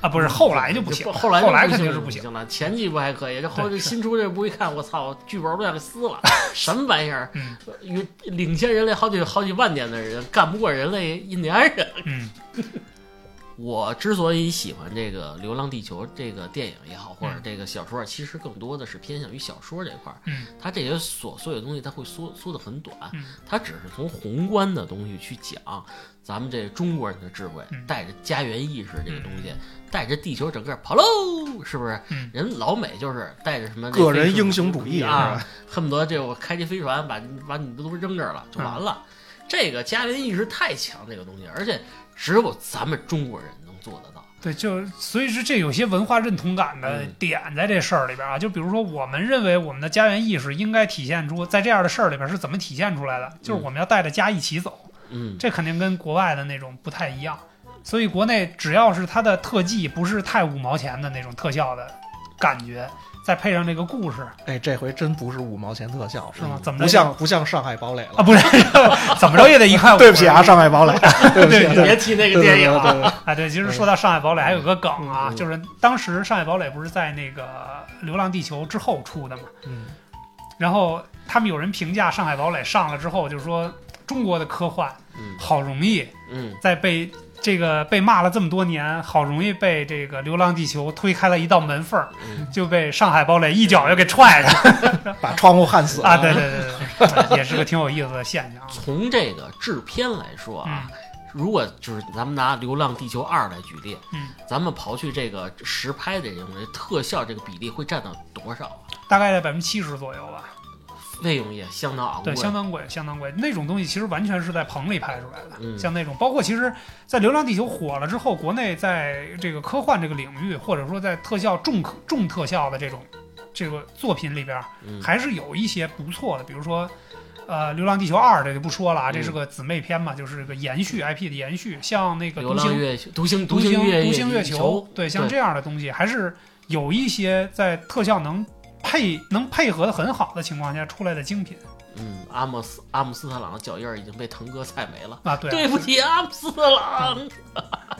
啊，不是，后来就不行了，后来来后就肯定是是不行了。行了。前几部还可以，这后对是新出这部一看，我操，剧本都要被撕 了，什么玩意儿？嗯领领先人类好几好几万年的人，干不过人类印第安人。嗯我之所以喜欢这个《流浪地球》这个电影也好，或嗯者这个小说，其实更多的是偏向于小说这块儿。嗯，它这些琐碎的东西，它会缩缩得很短，嗯它只是从宏观的东西去讲咱们这中国人的智慧，嗯带着家园意识这个东嗯西，带着地球整个跑喽，是不是？嗯人老美就是带着什么那个人飞船英雄主义是啊吧，恨不得这我开这飞船把把你都扔这儿嗯了就完了。这个家园意识太强，这个东西，而且只有咱们中国人能做得到。对，就所以说这有些文化认同感的嗯点在这事儿里边啊，就比如说我们认为我们的家园意识应该体现出在这样的事儿里边是怎么体现出来的，就是嗯我们要带着家一起走，嗯，这肯定跟国外的那种不太一样。所以国内只要是它的特技不是太五毛钱的那种特效的感觉，再配上这个故事，哎，这回真不是五毛钱特效，是吗？嗯怎么着不像不像上海堡垒啊，了。不是， 怎么着也得一块五。对不起啊，上海堡垒，对不起，啊对别提那个电影了。了。啊，对，其实说到《上海堡垒》，还有个梗啊，嗯就是当时《上海堡垒》不是在那个《流浪地球》之后出的嘛，嗯，然后他们有人评价《上海堡垒》上了之后，就说中国的科幻嗯好容易嗯在被这个被骂了这么多年，好容易被这个《流浪地球》推开了一道门缝儿，嗯，就被《上海堡垒》一脚又给踹 上把窗户焊死啊！了。对对对对对，也是个挺有意思的现象啊。从这个制片来说啊嗯，如果就是咱们拿《流浪地球二》来举例，嗯，咱们刨去这个实拍的这种特效这个比例会占到多少啊？大概在百分之七十左右吧，费用也相当昂贵对，，相当贵，相当贵。那种东西其实完全是在棚里拍出来的，嗯像那种包括其实，在《流浪地球》火了之后，国内在这个科幻这个领域，或者说在特效重科重特效的这种这个作品里边，嗯还是有一些不错的，比如说。呃，《流浪地球二》这就不说了啊，嗯这是个姊妹篇嘛，就是个延续 IP 的延续，像那个流独浪行月球独行独行行月独行月球球，，对，像对这样的东西，还是有一些在特效能配能配合的很好的情况下出来的精品嗯，阿姆斯阿姆斯特朗的脚印儿已经被腾哥踩没了，啊。对啊，对不起，阿姆斯特朗，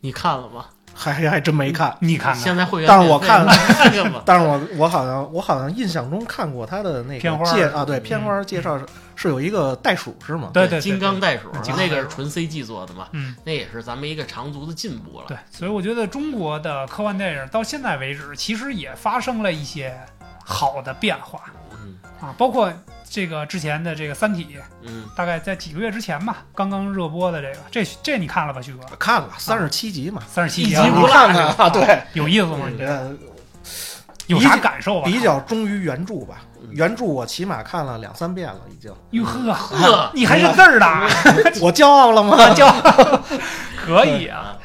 你看了吗？还还真没看，你看看现在会员，但是我看了了，但是我我好像我好像印象中看过他的那个片花儿介啊，对嗯片花介绍是是有一个袋鼠是吗？ 对对对金刚袋鼠啊金刚那袋个鼠是纯 CG 做的嘛，嗯，那也是咱们一个长足的进步了。对，所以我觉得中国的科幻电影到现在为止，其实也发生了一些好的变化嗯啊，包括这个之前的这个《三体》，嗯，大概在几个月之前吧，刚刚热播的这个，这这你看了吧，旭哥？啊看了三十七集嘛，三十一七集集无啊，赖嗯看看啊，对，有意思吗？你你看有啥感受啊？比较忠于原著吧嗯。原著我起码看了两三遍了，已经。哟嗯呵，呵，你还认字儿呢，我骄傲了吗？ 就可以啊。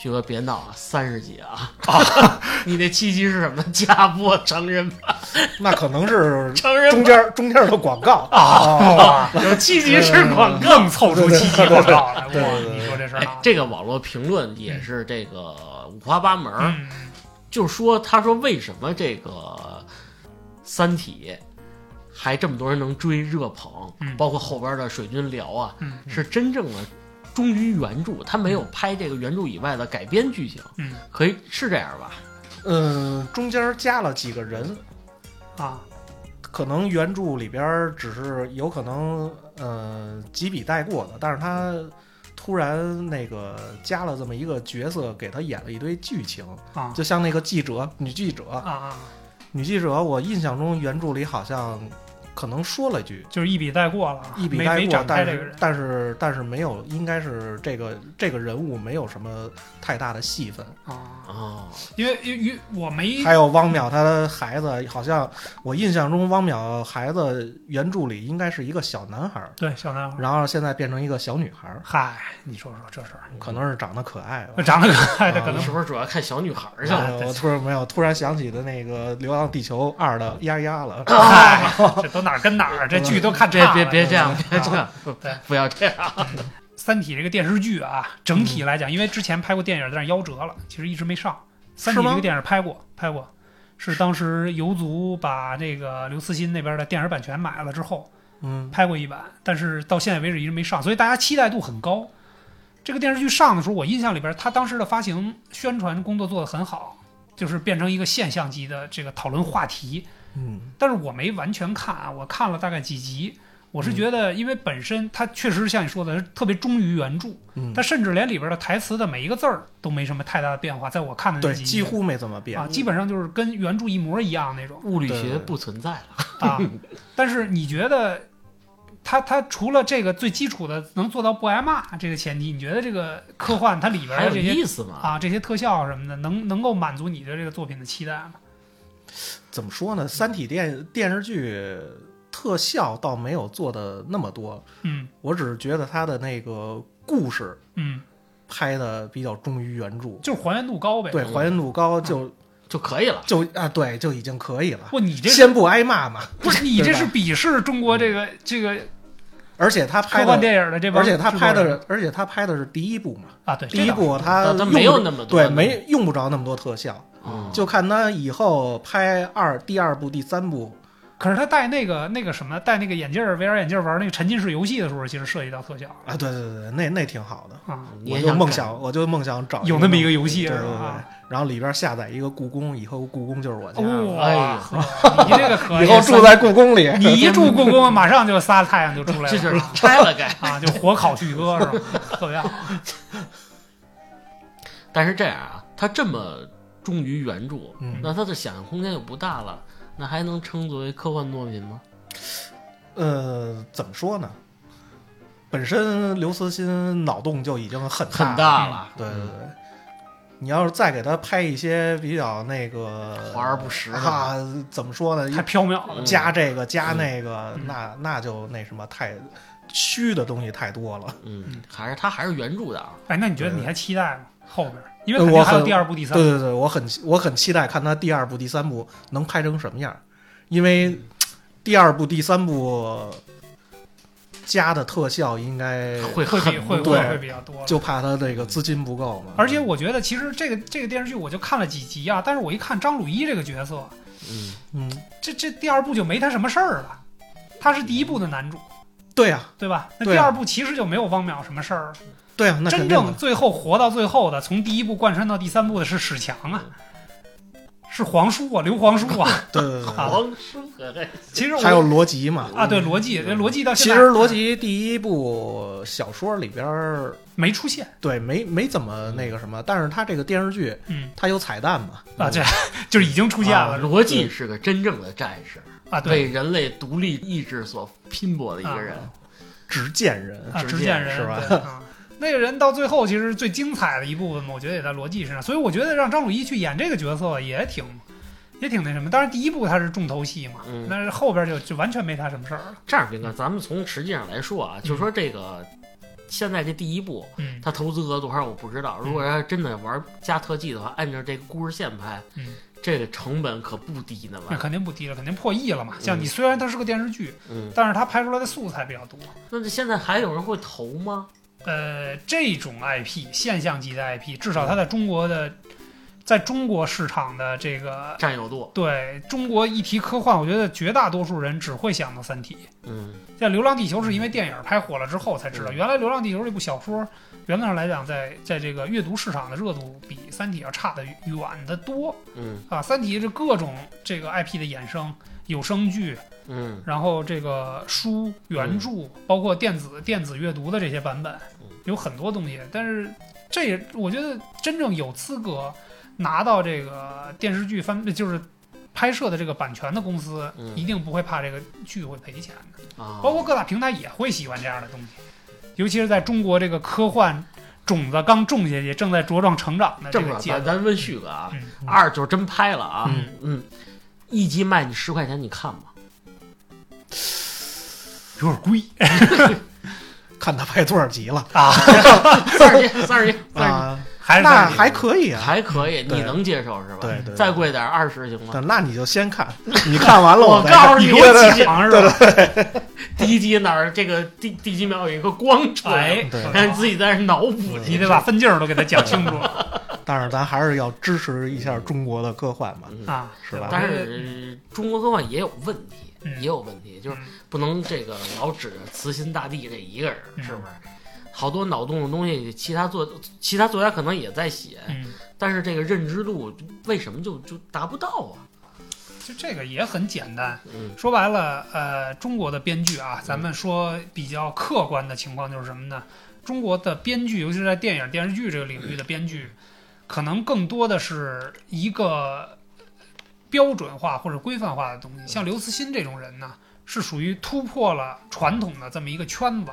旭哥别闹了，三十几啊！ 你那七级是什么？家破 成人败，那可能是成人中败间儿中间儿的广告啊。哇有七级是广告。愣凑出七级广告来，嗯对哇对！对你说这事儿哎啊，，这个网络评论也是这个五花八门儿，嗯，就说他说为什么这个《三体》还这么多人能追热捧，嗯包括后边的水军聊啊，嗯是真正的忠于原著，他没有拍这个原著以外的改编剧情，嗯可以是这样吧？嗯，中间儿加了几个人，啊，可能原著里边儿只是有可能呃几笔带过的，但是他突然那个加了这么一个角色，给他演了一堆剧情，啊就像那个记者女记者，啊啊！女记者，我印象中原著里好像可能说了一句。就是一笔带过了，一笔啊没带没过展，开但这个是人。但是但是没有，应该是这个这个人物没有什么太大的戏份。啊，哦，因为因为我没还有汪淼他的孩子，好像我印象中汪淼孩子原著里应该是一个小男孩儿，对小男孩儿。然后现在变成一个小女孩儿，嗨，你说说这事儿，可能是长得可爱吧。 长得可爱的啊可 你能啊是不是主要看小女孩儿去了？哎我突然没有，突然想起的那个《流浪地球二》嗯的丫丫 了。嗨，这都哪儿跟哪儿，这剧都看别差别了别这样，啊别这样，对不要这样。 《三体》这个电视剧啊，整嗯体来讲，因为之前拍过电影，但是夭折了，其实一直没上。《三体》是吗这个电影拍过，拍过，是当时游族把这个刘慈欣那边的电影版权买了之后嗯，拍过一版，但是到现在为止一直没上，所以大家期待度很高。这个电视剧上的时候，我印象里边，它当时的发行宣传工作做得很好，就是变成一个现象级的这个讨论话题。嗯，但是我没完全看啊，我看了大概几集。我是觉得，因为本身它确实像你说的，是特别忠于原著，嗯它甚至连里边的台词的每一个字儿都没什么太大的变化。在我看的那对，集几乎没怎么变啊，。基本上就是跟原著一模一样那种物理对对学对不存在了，啊。 但是你觉得它它除了这个最基础的能做到不挨骂这个前提，你觉得这个科幻它里边还的有这些意思吗？啊这些特效什么的，能能够满足你对这个作品的期待吗？怎么说呢？《三体电》电视剧特效倒没有做的那么多，嗯我只是觉得它的那个故事嗯，拍的比较忠于原著，就是还原度高呗。对，还原度高嗯就就可以了。就啊，对，就已经可以了。不，你这先不挨骂嘛，不是你对这吧是鄙视中国这个这个而且他科拍幻的，电影的这帮而制作且人，他拍的，而且他拍的是第一部嘛，啊，对，第一这倒部他他用没有不那么多对，的没用不着那么多特效，哦嗯就看他以后拍二、第二部、第三部，可是他戴那个那个什么，戴那个眼镜儿 VR 眼镜儿玩那个沉浸式游戏的时候，其实涉及到特效了啊，对对对，对那那挺好的。啊，你我也就想梦看想，我就梦想找有那么一个游戏对对是对吧？然后里边下载一个故宫，以后故宫就是我家了，哇哎呀呵，你这个可以，以后住在故宫 里。哦你一住故宫，马上就仨太阳就出来这了 是拆了该。啊，就火烤旭 哥是吧？特别好，但是这样啊，他这么忠于原著，嗯那他的想象空间就不大了，那还能称作为科幻作品吗？呃，怎么说呢？本身刘慈欣脑洞就已经很大很大了，嗯对嗯对对。你要是再给他拍一些比较那个华而不实的啊，怎么说呢？太缥缈了。加这个加那个，嗯那那就那什么太虚的东西太多了。嗯，还是他还是原著的啊。哎，那你觉得你还期待吗？后边儿，因为呃肯我定还有很第二部、第三对部。对对，我很我很期待看他第二部、第三部能拍成什么样儿，因为嗯第二部、第三部加的特效应该会会比很会对会会比较多了，就怕他这个资金不够嘛。而且我觉得，其实这个这个电视剧我就看了几集啊，但是我一看张鲁一这个角色，嗯，嗯，这这第二部就没他什么事儿了，他是第一部的男主，对呀、对吧？那对啊第二部其实就没有汪淼什么事儿了，对啊呀、那肯真定正的。最后活到最后的，从第一部贯穿到第三部的是史强啊，是黄叔啊，刘皇叔啊。对对对对，王叔和这其实我还有罗辑嘛。啊，对罗嗯辑，这罗辑 到其现在实罗辑第一部小说里边儿没出现，对没没怎么那个什么，但是他这个电视剧嗯它有彩蛋嘛。啊，这就是已经出现了啊罗啊辑是个真正的战士，啊，对为人类独立意志所拼搏的一个人。执剑人，啊，执执剑剑人是吧 对啊那个人到最后其实最精彩的一部分嘛，我觉得也在罗辑身上，所以我觉得让张鲁一去演这个角色也挺也挺那什么。当然第一部他是重头戏嘛嗯，但是后边就就完全没他什么事儿了。这样，斌哥，咱们从实际上来说啊，就说这个现在这第一部，嗯他投资额多少我不知道。嗯如果要真的玩加特技的话，按照这个故事线拍，嗯，这个成本可不低 呢那吧？肯定不低了，肯定破亿了嘛。像嗯你虽然它是个电视剧，嗯，但是它拍出来的素材比较多。那这现在还有人会投吗？呃，这种 IP 现象级的 IP，至少它在中国的，在中国市场的这个占有度，对中国一提科幻，我觉得绝大多数人只会想到《三体》。嗯像《流浪地球》是因为电影拍火了之后才知道，嗯原来《流浪地球》这部小说原则上来讲在，在这个阅读市场的热度比《三体》要差的远得多嗯啊！《三体》这各种这个 IP 的衍生。有声剧，嗯然后这个书原著，包括电子电子阅读的这些版本嗯，有很多东西。但是这也我觉得真正有资格拿到这个电视剧翻，就是拍摄的这个版权的公司，嗯一定不会怕这个剧会赔钱的。啊，包括各大平台也会喜欢这样的东西，尤其是在中国这个科幻种子刚种下去，正在茁壮成长的这这么个着，阶咱段。啊咱问旭哥啊，嗯，二就是真拍了啊，嗯嗯，一集卖你十块钱，你看吗？有点贵看他拍多少集了啊，三十斤，三十斤，三十斤，啊，还是那在还可以啊。还可以，对你能接受是吧？对对再贵点二十行吗？但那你就先看， 你看完了我再告看。诉你你给对我对起床是吧？第一集哪儿这个第第几秒有一个光出来，哎，嗯对让你自己在这脑补你去。得把分镜儿都给他讲清楚但是咱还是要支持一下中国的科幻嘛。嗯啊，是吧但是呃中国科幻也有问题，嗯也有问题，就是嗯不能这个老指着慈心大帝这一个人，嗯是不是？好多脑洞的东西，其他作其他作家可能也在写，嗯，但是这个认知度为什么就就达不到啊？就这个也很简单。嗯说白了，呃，中国的编剧啊，咱们说比较客观的情况就是什么呢？中国的编剧，尤其是在电影、电视剧这个领域的编剧，可能更多的是一个标准化或者规范化的东西。像刘慈欣这种人呢，是属于突破了传统的这么一个圈子。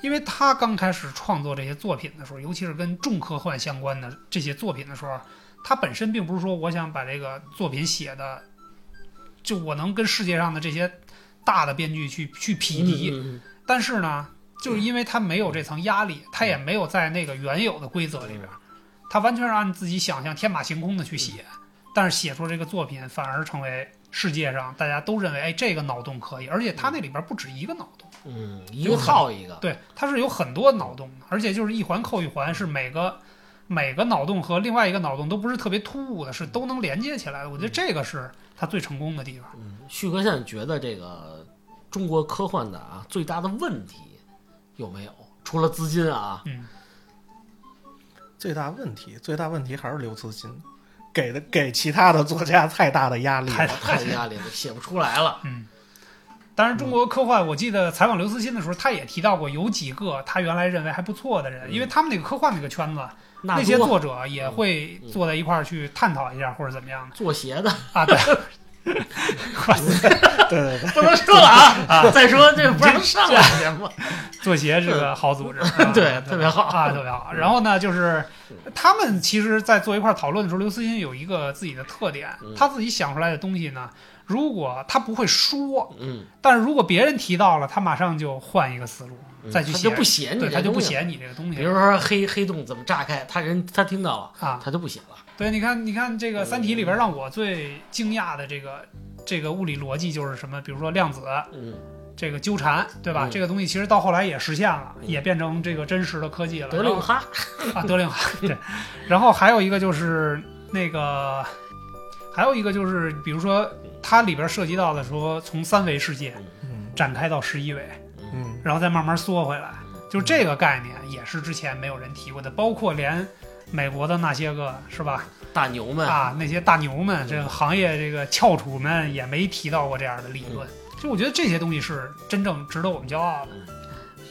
因为他刚开始创作这些作品的时候，尤其是跟重科幻相关的这些作品的时候，啊他本身并不是说我想把这个作品写的，就我能跟世界上的这些大的编剧去去匹敌，嗯但是呢，就是因为他没有这层压力，他也没有在那个原有的规则里边，他完全是按自己想象天马行空的去写，嗯但是写出这个作品反而成为世界上大家都认为，哎，这个脑洞可以，而且他那里边不止一个脑洞。啊嗯，一个套一个，对，它是有很多脑洞的，而且就是一环扣一环，是每个每个脑洞和另外一个脑洞都不是特别突兀的，嗯是都能连接起来的。我觉得这个是它最成功的地方。嗯，旭哥现在觉得这个中国科幻的啊最大的问题有没有？除了资金啊，嗯，最大问题，最大问题还是刘慈欣，给的给其他的作家太大的压力太了。太有压力了，写不出来了。嗯。当然，中国科幻，我记得采访刘慈欣的时候，他也提到过，有几个他原来认为还不错的人，因为他们那个科幻那个圈子，那那些嗯多嗯作者也会坐在一块儿去探讨一下或者怎么样的做鞋的啊。 对，哇塞对对 对，不能说了 啊！再说这啊不让上来节 目，做鞋是个好组织，是吧 对嗯特别好啊，特别好。然后呢，就是他们其实，在坐一块儿讨论的时候，刘慈欣有一个自己的特点嗯，他自己想出来的东西呢，如果他不会说，嗯，但是如果别人提到了，他马上就换一个思路，嗯再去他写，就不写你，对他就不。写你这个东比西如说黑黑洞怎么炸开，他人他听到了，啊。他就不写了。对，你看，你看这个《三体》里边嗯让我最惊讶的这个这个物理逻辑就是什么？比如说量子嗯，这个纠缠，对吧？嗯这个东西其实到后来也实现了，嗯也变成这个真实的科技了。德然后令哈， 啊，德令哈对，然后还有一个就是那个，还有一个就是，比如说它里边涉及到的说，从三维世界嗯展开到十一维，嗯，然后再慢慢缩回来，就这个概念也是之前没有人提过的，包括连美国的那些个是吧？大牛嗯们，啊，那些大牛们，这个行业这个翘楚们也没提到过这样的理嗯论。就我觉得这些东西是真正值得我们骄傲的。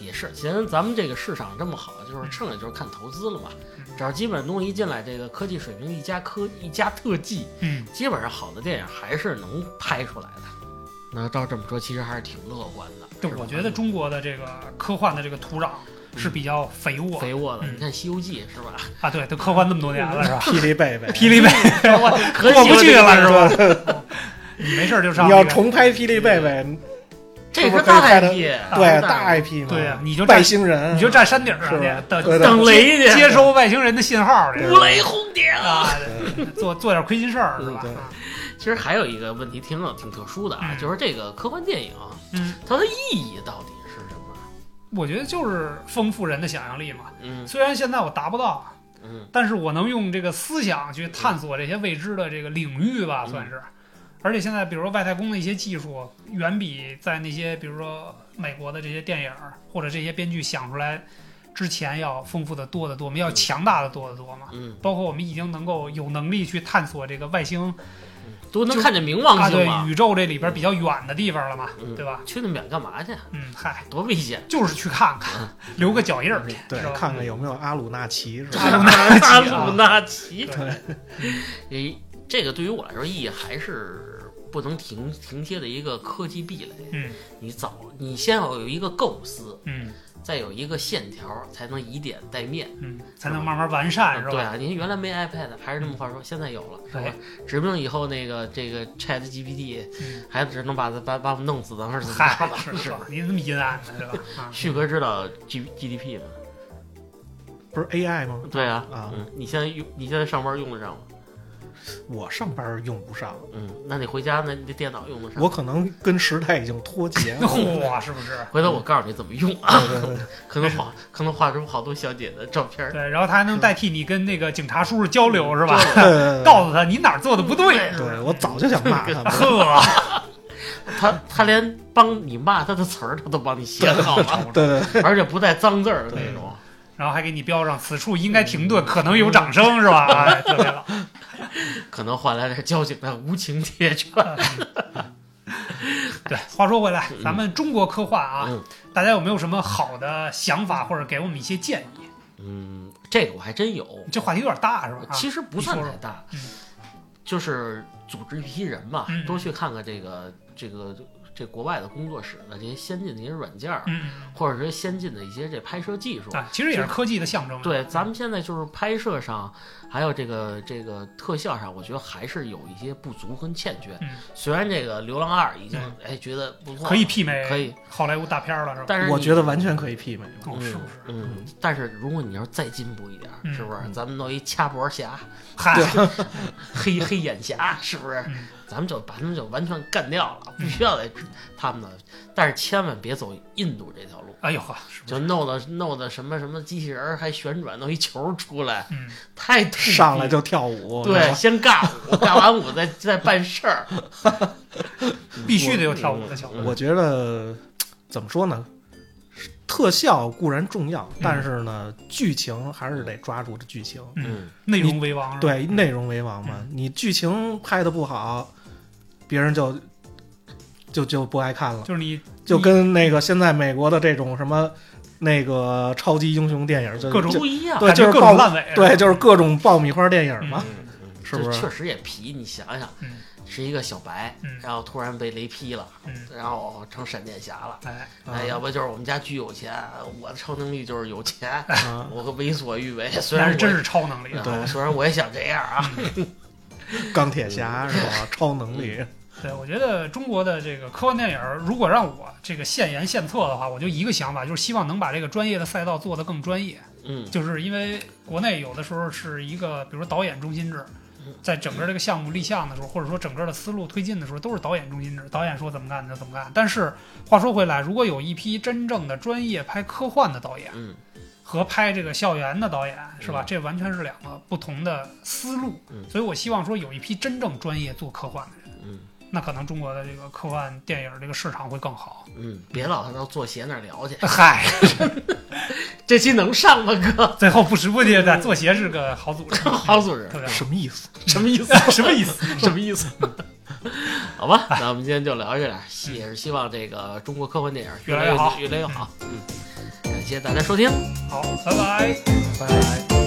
也是，既然咱们这个市场这么好，就是剩下就是看投资了嘛嗯。只要基本东西一进来，这个科技水平一加科一加特技，嗯，基本上好的电影还是能拍出来的。那照这么说，其实还是挺乐观的。对，是吧我觉得中国的这个科幻的这个土壤嗯是比较肥沃肥沃的。嗯你看《西游记》是吧？啊。对，都科幻这么多年了是吧？嗯霹雳贝贝， 霹雳贝可过不去了是是吧？吧？你没事儿就上你那要个重拍霹雳贝贝，这是大 IP，对大大 IP 嘛，嗯对呀，你就站外星人，你就站山顶上去是吧，等对的等雷去接收外星人的信号去，五雷轰顶啊啊！，做做点亏心事儿是吧啊嗯？其实还有一个问题挺有挺特殊的啊，嗯就是这个科幻电影嗯，它的意义到底是什么？我觉得就是丰富人的想象力嘛。嗯虽然现在我达不到，嗯但是我能用这个思想去探索这些未知的这个领域吧，嗯算是。而且现在，比如说外太空的一些技术，远比在那些比如说美国的这些电影儿或者这些编剧想出来之前要丰富的多得多嘛，要嗯强大的多得多嘛。嗯，包括我们已经能够有能力去探索这个外星都能就看见冥啊，王星对了，宇宙这里边比较远的地方了嘛，嗯对吧？去那么远干嘛去？ 嗯，嗨，多危险！就是去看看，留个脚印儿，对是吧，看看有没有阿鲁纳奇是吧？阿鲁纳奇啊阿鲁 纳奇，对诶，这个对于我来说意义还是不能停停歇的一个科技壁垒。嗯你早，你先要有一个构思，嗯再有一个线条，才能以点带面。嗯，才能慢慢完善，是对吧？啊，您原来没 iPad，还是这么话说，现在有了，是吧哎？指不定以后那个这个 Chat GPT 嗯还只能把把把我们弄死，咱们是怎么嗨办，吧？是是是吧吧？你怎么那么阴暗呢，对吧？啊，旭哥知道 G GDP 吗？不是 AI 吗？对啊，啊嗯，你现在用你现在上班用得上吗？我上班用不上，嗯，那你回家那你的电脑用得上？我可能跟时代已经脱节了。嗯嚯，是不是？回头我告诉你怎么用啊，对对对可能画可能画出好多小姐的照片儿，对，然后他还能代替你跟那个警察叔叔交流，嗯是吧？对对，告诉他你哪儿做的 不对，对对我早就想骂他们，呵，他他连帮你骂他的词儿他都帮你写好了，对对对 而且不带脏字儿的那种。然后还给你标上此处应该停嗯顿，可能有掌声，是吧？哎，特别好。可能换来的是交警的无情铁拳。对，话说回来，咱们中国科幻啊，嗯大家有没有什么好的想法，或者给我们一些建议？嗯，这个我还真有，这话题有点大，是吧？啊其实不算你说太说大嗯，就是组织一批人嘛嗯，多去看看这个这个这国外的工作室的这些先进的一些软件儿，嗯，嗯或者说先进的一些这拍摄技术嗯。啊，其实也是科技的象征。对，咱们现在就是拍摄上，还有这个这个特效上，我觉得还是有一些不足跟欠缺。嗯虽然这个《流浪二》已经嗯哎觉得不错了，可以媲美可以，好莱坞大片了，是吧？但是我你觉得完全可以媲美了。哦，嗯是不是？嗯，但是如果你要再进步一点儿，嗯是不是？嗯咱们弄一掐脖侠、嗨，黑黑眼侠，是不是？嗯咱们就把他们就完全干掉了，不需要再他们了。但是千万别走印度这条路，哎呦呵，是不？就是弄的弄的什么什么机器人儿还旋转弄一球出来，嗯，太土逼上来就跳舞，对，先尬舞，尬完舞再再办事儿。 嗯必须得有跳舞的小是吧，我觉得怎么说呢？特效固然重要，但是呢，剧情还是得抓住这剧情。嗯，内容为王，是吧？对，内容为王嘛。你剧情拍的不好，别人就就就不爱看了，就是你就跟那个现在美国的这种什么那个超级英雄电影，就各种啊就不嗯一样。对感就觉是各种爆烂尾，对，是吧就是各种爆米花电影啊嘛。嗯嗯是这不是确实也皮，你想想，嗯是一个小白，嗯然后突然被雷劈了，嗯，然后成闪电侠了。哎，哎，要不就是我们家巨有钱，我的超能力就是有钱，啊，我为所欲为。虽但然是我真是超能力，啊虽然我也想这样啊，钢铁侠是吧？超能力，对，我觉得中国的这个科幻电影儿，如果让我这个献言献策的话，我就一个想法，就是希望能把这个专业的赛道做得更专业。嗯就是因为国内有的时候是一个，比如说导演中心制嗯，在整个这个项目立项的时候，或者说整个的思路推进的时候，都是导演中心制，导演说怎么干就怎么干。但是话说回来，如果有一批真正的专业拍科幻的导演嗯和拍这个校园的导演，是吧嗯？这完全是两个不同的思路嗯。所以我希望说有一批真正专业做科幻的人。嗯那可能中国的这个科幻电影这个市场会更 好。嗯，别老到做鞋那儿聊去。嗨，这期能上吗，哥？ 最后不时不觉的，做鞋是个好组织，好组织，特别好。什么意思？什么意思？什么意思？ 什么意思？好吧，那我们今天就聊这点，也是希望这个中国科幻电影越来越好越来越好。嗯，感谢大家收听。好，拜拜。拜拜。